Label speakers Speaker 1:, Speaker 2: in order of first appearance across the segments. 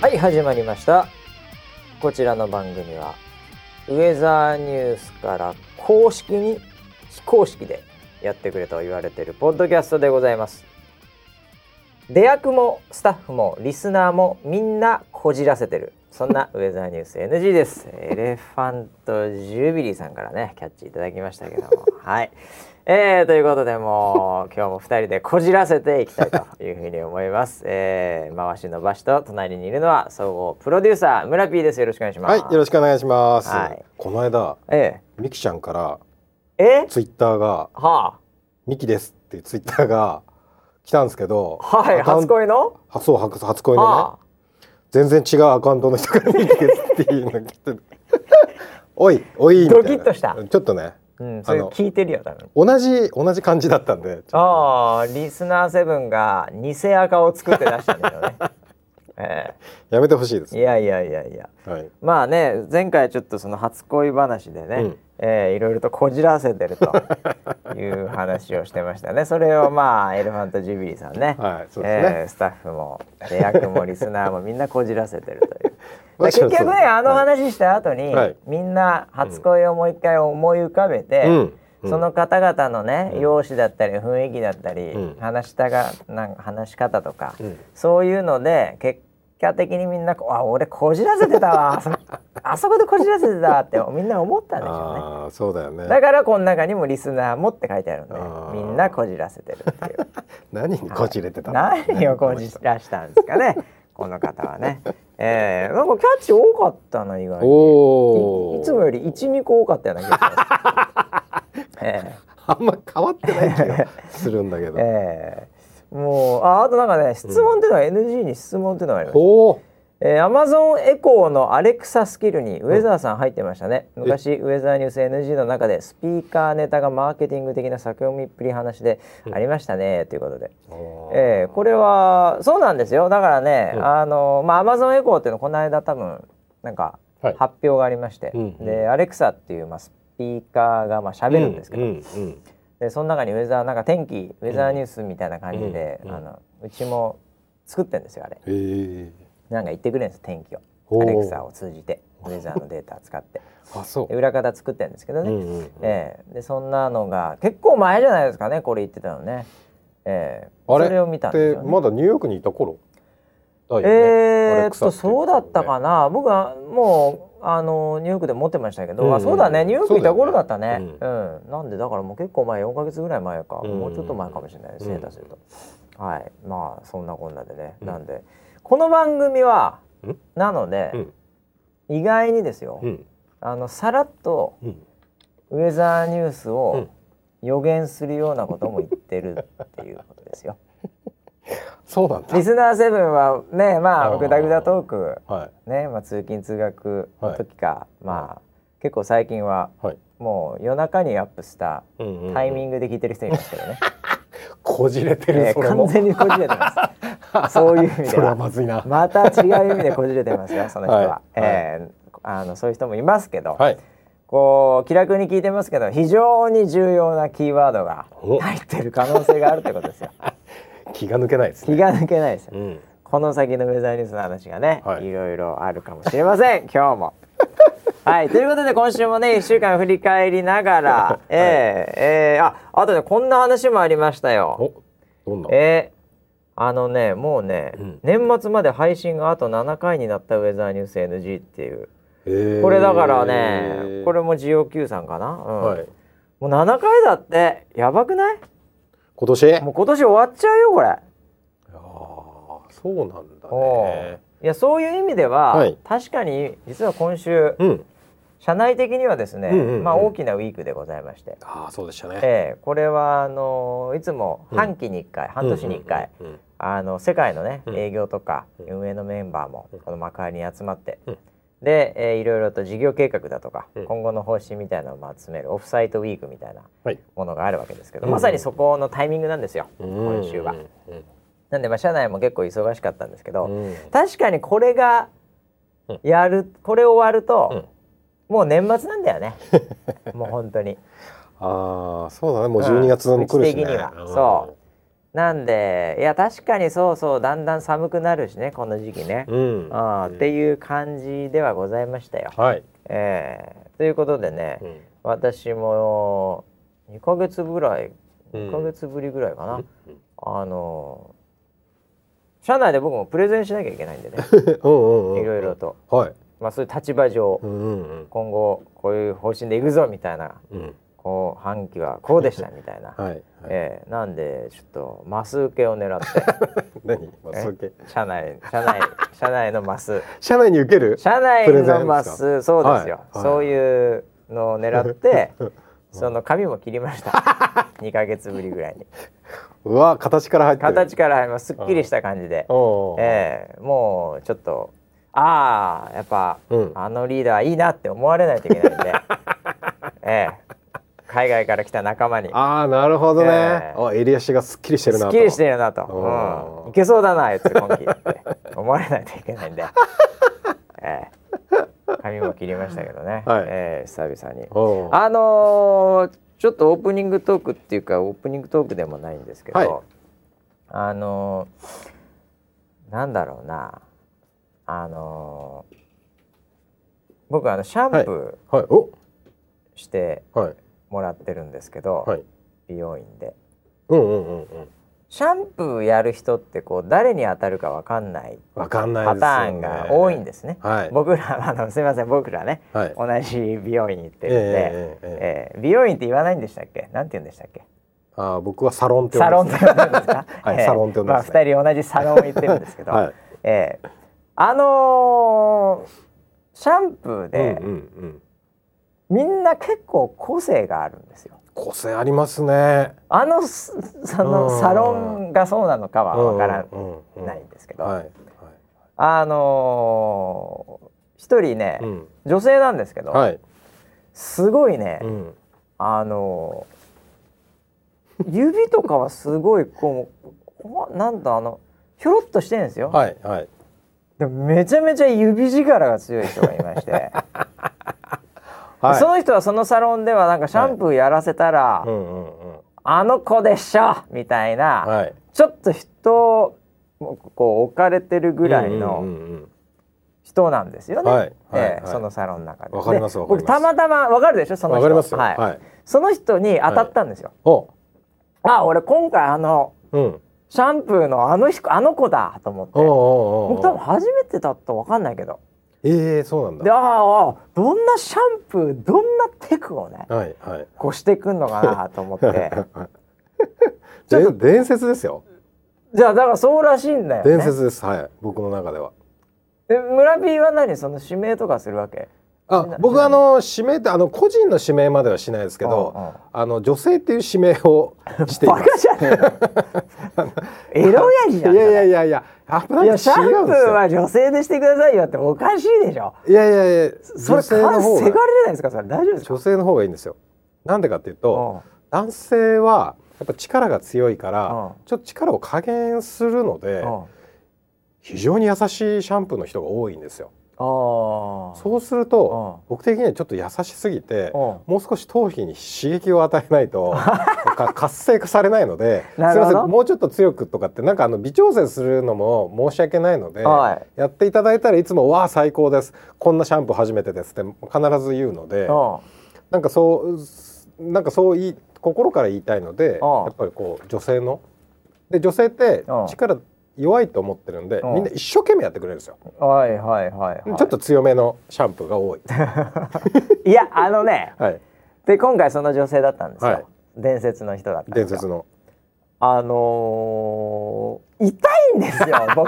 Speaker 1: はい、始まりました。こちらの番組は、ウェザーニュースから公式に非公式でやってくれと言われているポッドキャストでございます。出役もスタッフもリスナーもみんなこじらせてる。そんなウェザーニュース NG です。 エレファントジュビリーさんからね、キャッチいただきましたけども。 はい。えー、ということでもう今日も2人でこじらせていきたいというふうに思います。 えー、回しの場所と隣にいるのは総合プロデューサー村 P です。よろしくお願いしま
Speaker 2: はい、
Speaker 1: す。
Speaker 2: よろしくお願いします。
Speaker 1: はい
Speaker 2: この間、
Speaker 1: え
Speaker 2: ミキちゃんから
Speaker 1: ええ
Speaker 2: ツイッターが
Speaker 1: は
Speaker 2: ミキですっていうツイッターが来たんですけど、
Speaker 1: あ、はい、
Speaker 2: アカウン
Speaker 1: 初恋の。
Speaker 2: はそう初初恋のね
Speaker 1: は、
Speaker 2: 全然違うアカウントの人からミキですっていうのが来て る。おい、おいみたいな。
Speaker 1: ドキッとした
Speaker 2: ちょっとね、
Speaker 1: あ、うん、それ
Speaker 2: あの
Speaker 1: 聞いてるよ、多分。
Speaker 2: 同じ同じ感じだったんで、ちょっ
Speaker 1: ああ、リスナーセブンが偽垢を作って出したんだよ ね。え
Speaker 2: とやめてほしいです
Speaker 1: え。いやいやいやいや。
Speaker 2: はい。
Speaker 1: まあね、前回ちょっとその初恋話でね、
Speaker 2: うん
Speaker 1: ええいろいろとこじらせてる という話をしてましたね。それをまあエレファントジュビリーさんね、
Speaker 2: はいそうですね
Speaker 1: ええスタッフも役もリスナーもみんなこじらせてるという。
Speaker 2: まあ
Speaker 1: だから結
Speaker 2: そ
Speaker 1: 局
Speaker 2: うです
Speaker 1: ね
Speaker 2: ね
Speaker 1: あの話した後に、
Speaker 2: はい
Speaker 1: みんな初恋をもう一回思い浮かべて、
Speaker 2: うんうん
Speaker 1: その方々のね、容姿だったり雰囲気だったり、
Speaker 2: うん
Speaker 1: 話したがなんか話し方とか、
Speaker 2: うん
Speaker 1: そういうので結果的にみんなこうあ俺こじらせてたわあそあそこでこじらせてたわってみんな思ったんでしょうね。
Speaker 2: ああ、そうだよね。
Speaker 1: だからこの中にもリスナーもって書いてあるんで
Speaker 2: あー
Speaker 1: みんなこじら せてるっていう。
Speaker 2: 何にこじれてたの？
Speaker 1: 何をこじらしたんですかねこの方はね。えー、なんかキャッチ多かったな意外に。
Speaker 2: おお。
Speaker 1: いいつもより12個多かったような気がし ます。え
Speaker 2: あんま変わってない気がするんだけど
Speaker 1: ー。 えーもうああとなんかね質問っていうのは NG に質問っていうのがあります。
Speaker 2: おお。
Speaker 1: えー、Amazon エコーのアレクサスキルにウェザーさん入ってましたね、昔ウェザーニュース NG の中でスピーカーネタがマーケティング的な先読みっぷり話でありましたね、ということで、えーこれはそうなんですよだからね、あのまあ Amazon エコーっていうのこの間多分なんか
Speaker 2: はい
Speaker 1: 発表がありまして、
Speaker 2: うんうん
Speaker 1: でアレクサっていうまあスピーカーがまあ喋るんですけど、
Speaker 2: うんうん
Speaker 1: でその中にウェザーなんか天気ウェザーニュースみたいな感じで、
Speaker 2: う
Speaker 1: うん
Speaker 2: うん
Speaker 1: あのうちも作ってんですよあれ。
Speaker 2: うん、え
Speaker 1: なんか言ってくれるんです天気を
Speaker 2: おー
Speaker 1: アレクサを通じてウェザーのデータ使って
Speaker 2: ー、あそ
Speaker 1: で裏方作ってるんですけど
Speaker 2: う、う
Speaker 1: ね、
Speaker 2: んうんうん、
Speaker 1: ええでそんなのが結構前じゃないですかねこれ言ってたのね、ええ
Speaker 2: あれ
Speaker 1: それを見たんですよ、
Speaker 2: で
Speaker 1: ね
Speaker 2: まだニューヨークにいた頃だよね
Speaker 1: えー
Speaker 2: アレ
Speaker 1: っ
Speaker 2: クサ
Speaker 1: と
Speaker 2: てい
Speaker 1: そうだったか
Speaker 2: ね
Speaker 1: な僕はもうあのニューヨークで持ってましたけど、
Speaker 2: うんうん
Speaker 1: あそうだねニューヨークいた頃だったね
Speaker 2: そううだよね
Speaker 1: ん、なんでだからもう結構前4か月ぐらい前か、
Speaker 2: うんうん
Speaker 1: もうちょっと前かもしれないですね、
Speaker 2: うん
Speaker 1: 下手するとはいまあそんなこんなでね、
Speaker 2: うん
Speaker 1: なんでこの番組は
Speaker 2: ん
Speaker 1: なので、意外にですよ、
Speaker 2: うん
Speaker 1: あのさらっと
Speaker 2: うんうん
Speaker 1: ウェザーニュース
Speaker 2: う
Speaker 1: を
Speaker 2: ん
Speaker 1: 予言するようなことも言ってるっていうことですよ。
Speaker 2: そうなんだ
Speaker 1: リスナーセブンはねま
Speaker 2: あ
Speaker 1: あ
Speaker 2: ー
Speaker 1: グダグダトーク
Speaker 2: はい
Speaker 1: ね、まあ、通勤通学の時か、まあ結構最近は
Speaker 2: はい
Speaker 1: もう夜中にアップした
Speaker 2: うん
Speaker 1: タイ
Speaker 2: ン
Speaker 1: ミングで聞いてる人いますけどね、
Speaker 2: グこじれてる、
Speaker 1: えー
Speaker 2: それ
Speaker 1: 完
Speaker 2: も
Speaker 1: 全にこじれてますそういう意味
Speaker 2: そ
Speaker 1: で
Speaker 2: れは
Speaker 1: は
Speaker 2: まずいな
Speaker 1: また違う意味でこじれてますよその人は、
Speaker 2: はい
Speaker 1: えーあのそういう人もいますけど、
Speaker 2: はい
Speaker 1: こう気楽に聞いてますけど非常に重要なキーワードが
Speaker 2: お
Speaker 1: 入ってる可能性があるってことですよ
Speaker 2: 気が抜けないです
Speaker 1: 気
Speaker 2: ね
Speaker 1: が抜けないですよ、
Speaker 2: うん
Speaker 1: この先のウェザーニュースの話がね、
Speaker 2: はい
Speaker 1: い、ろいろあるかもしれま せん今日も。はいということで今週もね1週間振り返りな がら、えーえーああとねこんな話もありましたよ。
Speaker 2: おどんな
Speaker 1: えーあのねもうね、
Speaker 2: うん
Speaker 1: 年末まで配信があと7回になったウェザーニュース NG っていう
Speaker 2: えー
Speaker 1: これだからねこれも GOQ さんかな、うん
Speaker 2: はい
Speaker 1: もう7回だってやばくない
Speaker 2: 今年
Speaker 1: もう今年終わっちゃうよこれ、
Speaker 2: あーそうなんだ
Speaker 1: お
Speaker 2: ね
Speaker 1: ういやそういう意味では、
Speaker 2: はい
Speaker 1: 確かに実は今週
Speaker 2: うん
Speaker 1: 社内的にはですね、
Speaker 2: うんうんうん
Speaker 1: まあ、大きなウィークでございまして、
Speaker 2: ああそうでしたね
Speaker 1: ええこれはあのいつも半期に1回、半年に1回、
Speaker 2: うんうんうん
Speaker 1: あの世界のね、
Speaker 2: うん
Speaker 1: 営業とか
Speaker 2: うん
Speaker 1: 運営のメンバーもこの幕張に集まって、
Speaker 2: うん
Speaker 1: で、えーいろいろと事業計画だとか、
Speaker 2: うん
Speaker 1: 今後の方針みたいなのをまあ集めるオフサイトウィークみたいな
Speaker 2: はい
Speaker 1: ものがあるわけですけど、
Speaker 2: うん
Speaker 1: まさにそこのタイミングなんですよ、
Speaker 2: うん
Speaker 1: 今週は。
Speaker 2: うん
Speaker 1: なんでまあ社内も結構忙しかったんですけど、
Speaker 2: うん
Speaker 1: 確かにこれが
Speaker 2: うん
Speaker 1: やる、これ終わる
Speaker 2: う
Speaker 1: と
Speaker 2: ん、
Speaker 1: もう年末なんだよね もう本当に
Speaker 2: ああそうだねもう12月も来るしね、
Speaker 1: うん時期的には
Speaker 2: ん
Speaker 1: そなんでいや確かにそうそうだんだん寒くなるしねこの時期ね、
Speaker 2: うん
Speaker 1: あーっていう感じではございましたよ。
Speaker 2: はい、
Speaker 1: えーということでね、
Speaker 2: うん
Speaker 1: 私も2ヶ月ぐらい
Speaker 2: うん
Speaker 1: 2ヶ月ぶりぐらいかな、
Speaker 2: うん
Speaker 1: あの社内で僕もプレゼンしなきゃいけないんでね
Speaker 2: うんうんうん
Speaker 1: いろいろと、
Speaker 2: はい
Speaker 1: まあ、そういう立場上、
Speaker 2: うんうん
Speaker 1: 今後こういう方針でいくぞみたいな
Speaker 2: うんうん
Speaker 1: こう半期はこうでしたみたいな、
Speaker 2: はいはい
Speaker 1: えーなんでちょっとマス受けを狙って
Speaker 2: 何 マス受け
Speaker 1: 社内社内社内のマス
Speaker 2: 社内に受ける
Speaker 1: 社内
Speaker 2: プレゼンで
Speaker 1: の
Speaker 2: すか
Speaker 1: マスそうですよ、
Speaker 2: はいはい
Speaker 1: そういうのを狙 ってその髪も切りました2ヶ月ぶりぐらいに
Speaker 2: うわ形から入ってる
Speaker 1: 形から今すっきりした感じで、
Speaker 2: おー
Speaker 1: ええもうちょっとああやっぱ、
Speaker 2: うん
Speaker 1: あのリーダーいいなって思われないといけないん で、ええ海外から来た仲間に
Speaker 2: ああなるほどね、
Speaker 1: ええ
Speaker 2: あ襟足がすっきりしてる
Speaker 1: す
Speaker 2: な
Speaker 1: っ
Speaker 2: と
Speaker 1: きりしてるなと、
Speaker 2: おー
Speaker 1: うん、いけそうだなあいつ今期って思われないといけ ないんで、ええ髪も切りましたけどね、
Speaker 2: はい
Speaker 1: ええ久々に。
Speaker 2: おー
Speaker 1: あのーちょっとオープニングトークっていうかオープニングトークでもないんですけど、
Speaker 2: はい
Speaker 1: あのーなんだろうなあのー僕あのシャンプ
Speaker 2: はいお
Speaker 1: ーして
Speaker 2: はい
Speaker 1: もらってるんですけど、
Speaker 2: はい
Speaker 1: 美容院で
Speaker 2: うんうんうんうん
Speaker 1: シャンプーやる人ってこう誰に当たるかわかんない
Speaker 2: わかんないです
Speaker 1: パ
Speaker 2: よね
Speaker 1: ターンが多いんですね。
Speaker 2: はい
Speaker 1: 僕らあのすみません僕らね
Speaker 2: はい
Speaker 1: 同じ美容院に行ってるんで、
Speaker 2: ええええええ
Speaker 1: えー美容院って言わないんでしたっけなんて言うんでしたっけ
Speaker 2: あー僕はサロンって呼
Speaker 1: サロ
Speaker 2: ん
Speaker 1: ン
Speaker 2: で
Speaker 1: っ
Speaker 2: ま
Speaker 1: て
Speaker 2: す
Speaker 1: 呼んでるんですか
Speaker 2: はい
Speaker 1: えー
Speaker 2: サロンって呼んでますね
Speaker 1: まあ、2人同じサロン行ってるんですけど、
Speaker 2: はい
Speaker 1: えーあのーシャンプーで、
Speaker 2: うんうんうん
Speaker 1: みんな結構個性があるんですよ
Speaker 2: 個性ありますね
Speaker 1: あのすそ
Speaker 2: うん
Speaker 1: のサロンがそうなのかはわから
Speaker 2: うんうんうん
Speaker 1: ないんですけど、
Speaker 2: はい
Speaker 1: あのー一人ね、
Speaker 2: はいうん
Speaker 1: 女性なんですけど、
Speaker 2: はい
Speaker 1: すごいね、
Speaker 2: うん
Speaker 1: あのー指とかはすごいこうこうなんだあのひょろっとしてるんですよ、
Speaker 2: はいはい
Speaker 1: でもめちゃめちゃ指力が強い人がいまして、
Speaker 2: はい
Speaker 1: その人はそのサロンではなんかシャンプーやらせたら、
Speaker 2: うんうんうん
Speaker 1: あの子でしょみたいな、
Speaker 2: はい
Speaker 1: ちょっと人もこう置かれてるぐらい
Speaker 2: うん
Speaker 1: の
Speaker 2: うんうんうん
Speaker 1: 人なんですよね、
Speaker 2: はいはい
Speaker 1: ええ
Speaker 2: はい
Speaker 1: そのサロンの中で。
Speaker 2: わかります
Speaker 1: で
Speaker 2: わかります
Speaker 1: 僕たまたまわかるでしょその人
Speaker 2: わかりますよ
Speaker 1: は
Speaker 2: はいい、
Speaker 1: その人に当たったんですよ。
Speaker 2: お
Speaker 1: あ俺今回あの
Speaker 2: うんおう
Speaker 1: シャンプーのあの人あの子だと思って
Speaker 2: おうおうおう
Speaker 1: 僕多分初めてだったわかんないけど
Speaker 2: ええそうなん
Speaker 1: で
Speaker 2: だ
Speaker 1: あーあーどんなシャンプーどんなテクをね
Speaker 2: はいはい
Speaker 1: こうしてくんのかなと思っ て
Speaker 2: ちょっと伝説ですよ
Speaker 1: じゃあだからそうらしいんだよ、ね、
Speaker 2: 伝説ですはい僕の中では
Speaker 1: え村 P は何その指名とかするわけ
Speaker 2: あ僕あの指名ってあの個人の指名まではしないですけど、
Speaker 1: うんうん
Speaker 2: あの女性っていう指名をしていま
Speaker 1: バカじゃね えのエロ親父
Speaker 2: す。い
Speaker 1: じゃ
Speaker 2: や
Speaker 1: ん
Speaker 2: いやいやいや、あな
Speaker 1: い
Speaker 2: んか違うん
Speaker 1: や
Speaker 2: です
Speaker 1: シャンプ
Speaker 2: よ。
Speaker 1: ーは女性でしてくださいよっておかしいでしょ
Speaker 2: いやいやいや、
Speaker 1: それか
Speaker 2: 女性
Speaker 1: せが
Speaker 2: の
Speaker 1: れ
Speaker 2: 方
Speaker 1: じゃな
Speaker 2: が
Speaker 1: いですかそれ大丈夫ですか
Speaker 2: 女性の方がいいんですよ。なんでかっていうと、男性はやっぱ力が強いから、
Speaker 1: うん
Speaker 2: ちょっと力を加減するので、
Speaker 1: うんうん
Speaker 2: 非常に優しいシャンプーの人が多いんですよ。
Speaker 1: ああ
Speaker 2: そうすると、僕的にはちょっと優しすぎて、
Speaker 1: う
Speaker 2: もう少し頭皮に刺激を与えな いとか活性化されないのですい
Speaker 1: な
Speaker 2: ま
Speaker 1: るほど
Speaker 2: せんもうちょっと強くとかってなんかあの微調整するのも申し訳ないので、
Speaker 1: はい
Speaker 2: やっていただいたらいつも「わあ最高ですこんなシャンプー初めてです」って必ず言うので
Speaker 1: うん
Speaker 2: なんかそうなんかそう言い心から言いたいので
Speaker 1: ああ
Speaker 2: やっぱりこう女性の。で女性って
Speaker 1: ああ
Speaker 2: 力弱いと思ってるんで
Speaker 1: ああ
Speaker 2: みんな一生懸命やってくれるんですよ。
Speaker 1: はいはいはい、はい、
Speaker 2: ちょっと強めのシャンプーが多い。
Speaker 1: いやあのね
Speaker 2: はい、
Speaker 1: で今回その女性だったんですよ、
Speaker 2: はい
Speaker 1: 伝説の人だったんで
Speaker 2: 伝
Speaker 1: すよ
Speaker 2: 説の。
Speaker 1: あのー、痛いんですよ僕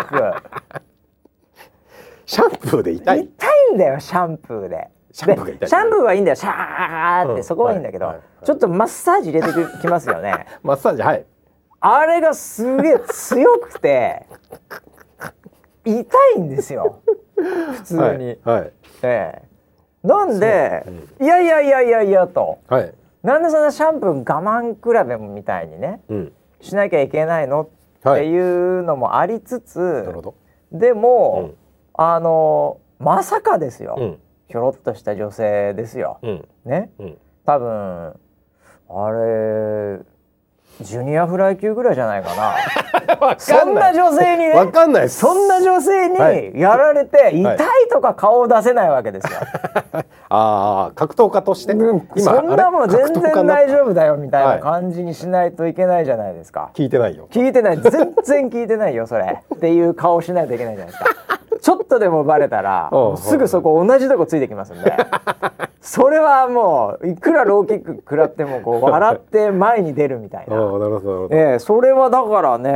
Speaker 2: シャンプーで痛い。
Speaker 1: 痛いんだよシャンプーで
Speaker 2: シャンプーが痛い
Speaker 1: でシャンプーはいいんだよシャーって、
Speaker 2: うん
Speaker 1: そこはいいんだけど、
Speaker 2: はいはいはい
Speaker 1: ちょっとマッサージ入れてくきますよね
Speaker 2: マッサージはい。
Speaker 1: あれがすげえ強くて痛いんですよ普通に、
Speaker 2: はいはい
Speaker 1: ええなんで、いやいやいやいやいやと
Speaker 2: はい
Speaker 1: なんでそんなシャンプー我慢比べみたいにね
Speaker 2: うん
Speaker 1: しなきゃいけないのっていうのもありつつ、
Speaker 2: なるほど
Speaker 1: でも、
Speaker 2: うん
Speaker 1: あのまさかですよ、
Speaker 2: うん
Speaker 1: ひょろっとした女性ですよ、
Speaker 2: うん
Speaker 1: ね
Speaker 2: うん
Speaker 1: 多分あれジュニアフライ級ぐらいじゃないか な
Speaker 2: わ
Speaker 1: そんな女性に
Speaker 2: わ
Speaker 1: ね
Speaker 2: かんないです。
Speaker 1: そんな女性
Speaker 2: はい
Speaker 1: にやられて痛
Speaker 2: はい
Speaker 1: いとか顔を出せないわけ ですよ、
Speaker 2: ああ、格闘家として。
Speaker 1: そんなもん全然大
Speaker 2: 夫。
Speaker 1: 丈夫だよみたい
Speaker 2: は
Speaker 1: ない感じにしないといけないじゃないですか、
Speaker 2: 聞いてないよ。
Speaker 1: 聞いてない全然聞いてないよそれっていう顔しないといけないじゃないですかちょっとでもバレたら
Speaker 2: おうおう
Speaker 1: すぐそこ同じとこついてきますんでそれはもういくらローキック食らってもこう笑って前に出るみたい
Speaker 2: ああ、な
Speaker 1: な。
Speaker 2: るほど、なるほど。
Speaker 1: ええそれはだからね、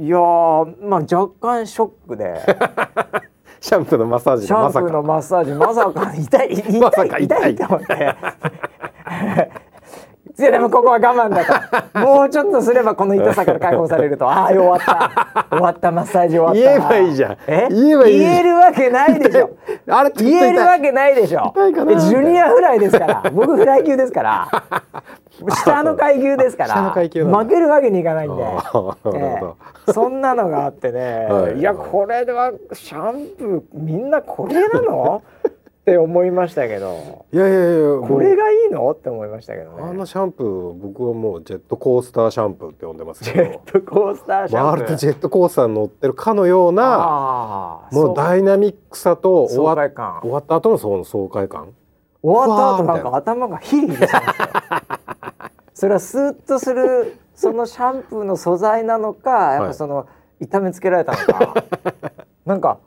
Speaker 1: い、やーまあ若干ショックで
Speaker 2: シャンプーのマッサージ
Speaker 1: シャ
Speaker 2: でま
Speaker 1: ンプ
Speaker 2: さ
Speaker 1: ーの
Speaker 2: か。
Speaker 1: マッサージまさか痛い 痛い
Speaker 2: まさ
Speaker 1: 痛
Speaker 2: か
Speaker 1: い
Speaker 2: 痛い
Speaker 1: って思っていやでもここは我慢だから もうちょっとすればこの痛さから解放されるとああ終わった終わったマッサージ終わった
Speaker 2: 言えばいいじゃん
Speaker 1: え
Speaker 2: 言えばいいじゃん
Speaker 1: 言えるわけない でしょ
Speaker 2: あれ、
Speaker 1: 言えるわ
Speaker 2: け。
Speaker 1: けないでしょ
Speaker 2: 痛いかな
Speaker 1: えジュニアフライですから僕フライ級ですから 下の階級ですから
Speaker 2: 下の階級なんだ
Speaker 1: 負けるわけにいかないんで、
Speaker 2: あーなるほど
Speaker 1: ええそんなのがあってね、
Speaker 2: はい
Speaker 1: い、やこれはシャンプーみんなこれな のって思いましたけど
Speaker 2: いやいやいや、もう
Speaker 1: これがいいのって思いましたけど
Speaker 2: あ
Speaker 1: ね
Speaker 2: のシャンプーを僕はもうジェットコースターシャンプーって呼んでますけ
Speaker 1: ジ
Speaker 2: ど
Speaker 1: ェットコースターシャンプー
Speaker 2: ワールドジェットコースターに乗ってるかのような
Speaker 1: あー
Speaker 2: もう
Speaker 1: そう
Speaker 2: ダイナミックさと終
Speaker 1: 爽
Speaker 2: わ
Speaker 1: 快
Speaker 2: っ
Speaker 1: 感
Speaker 2: 終わった後のその爽快感
Speaker 1: 終わった後な
Speaker 2: ふわーみたい
Speaker 1: ん
Speaker 2: な
Speaker 1: か頭がヒリヒ リしましたよそれはスーッとするそのシャンプーの素材なのかやっぱその、痛めつけられたのかなんか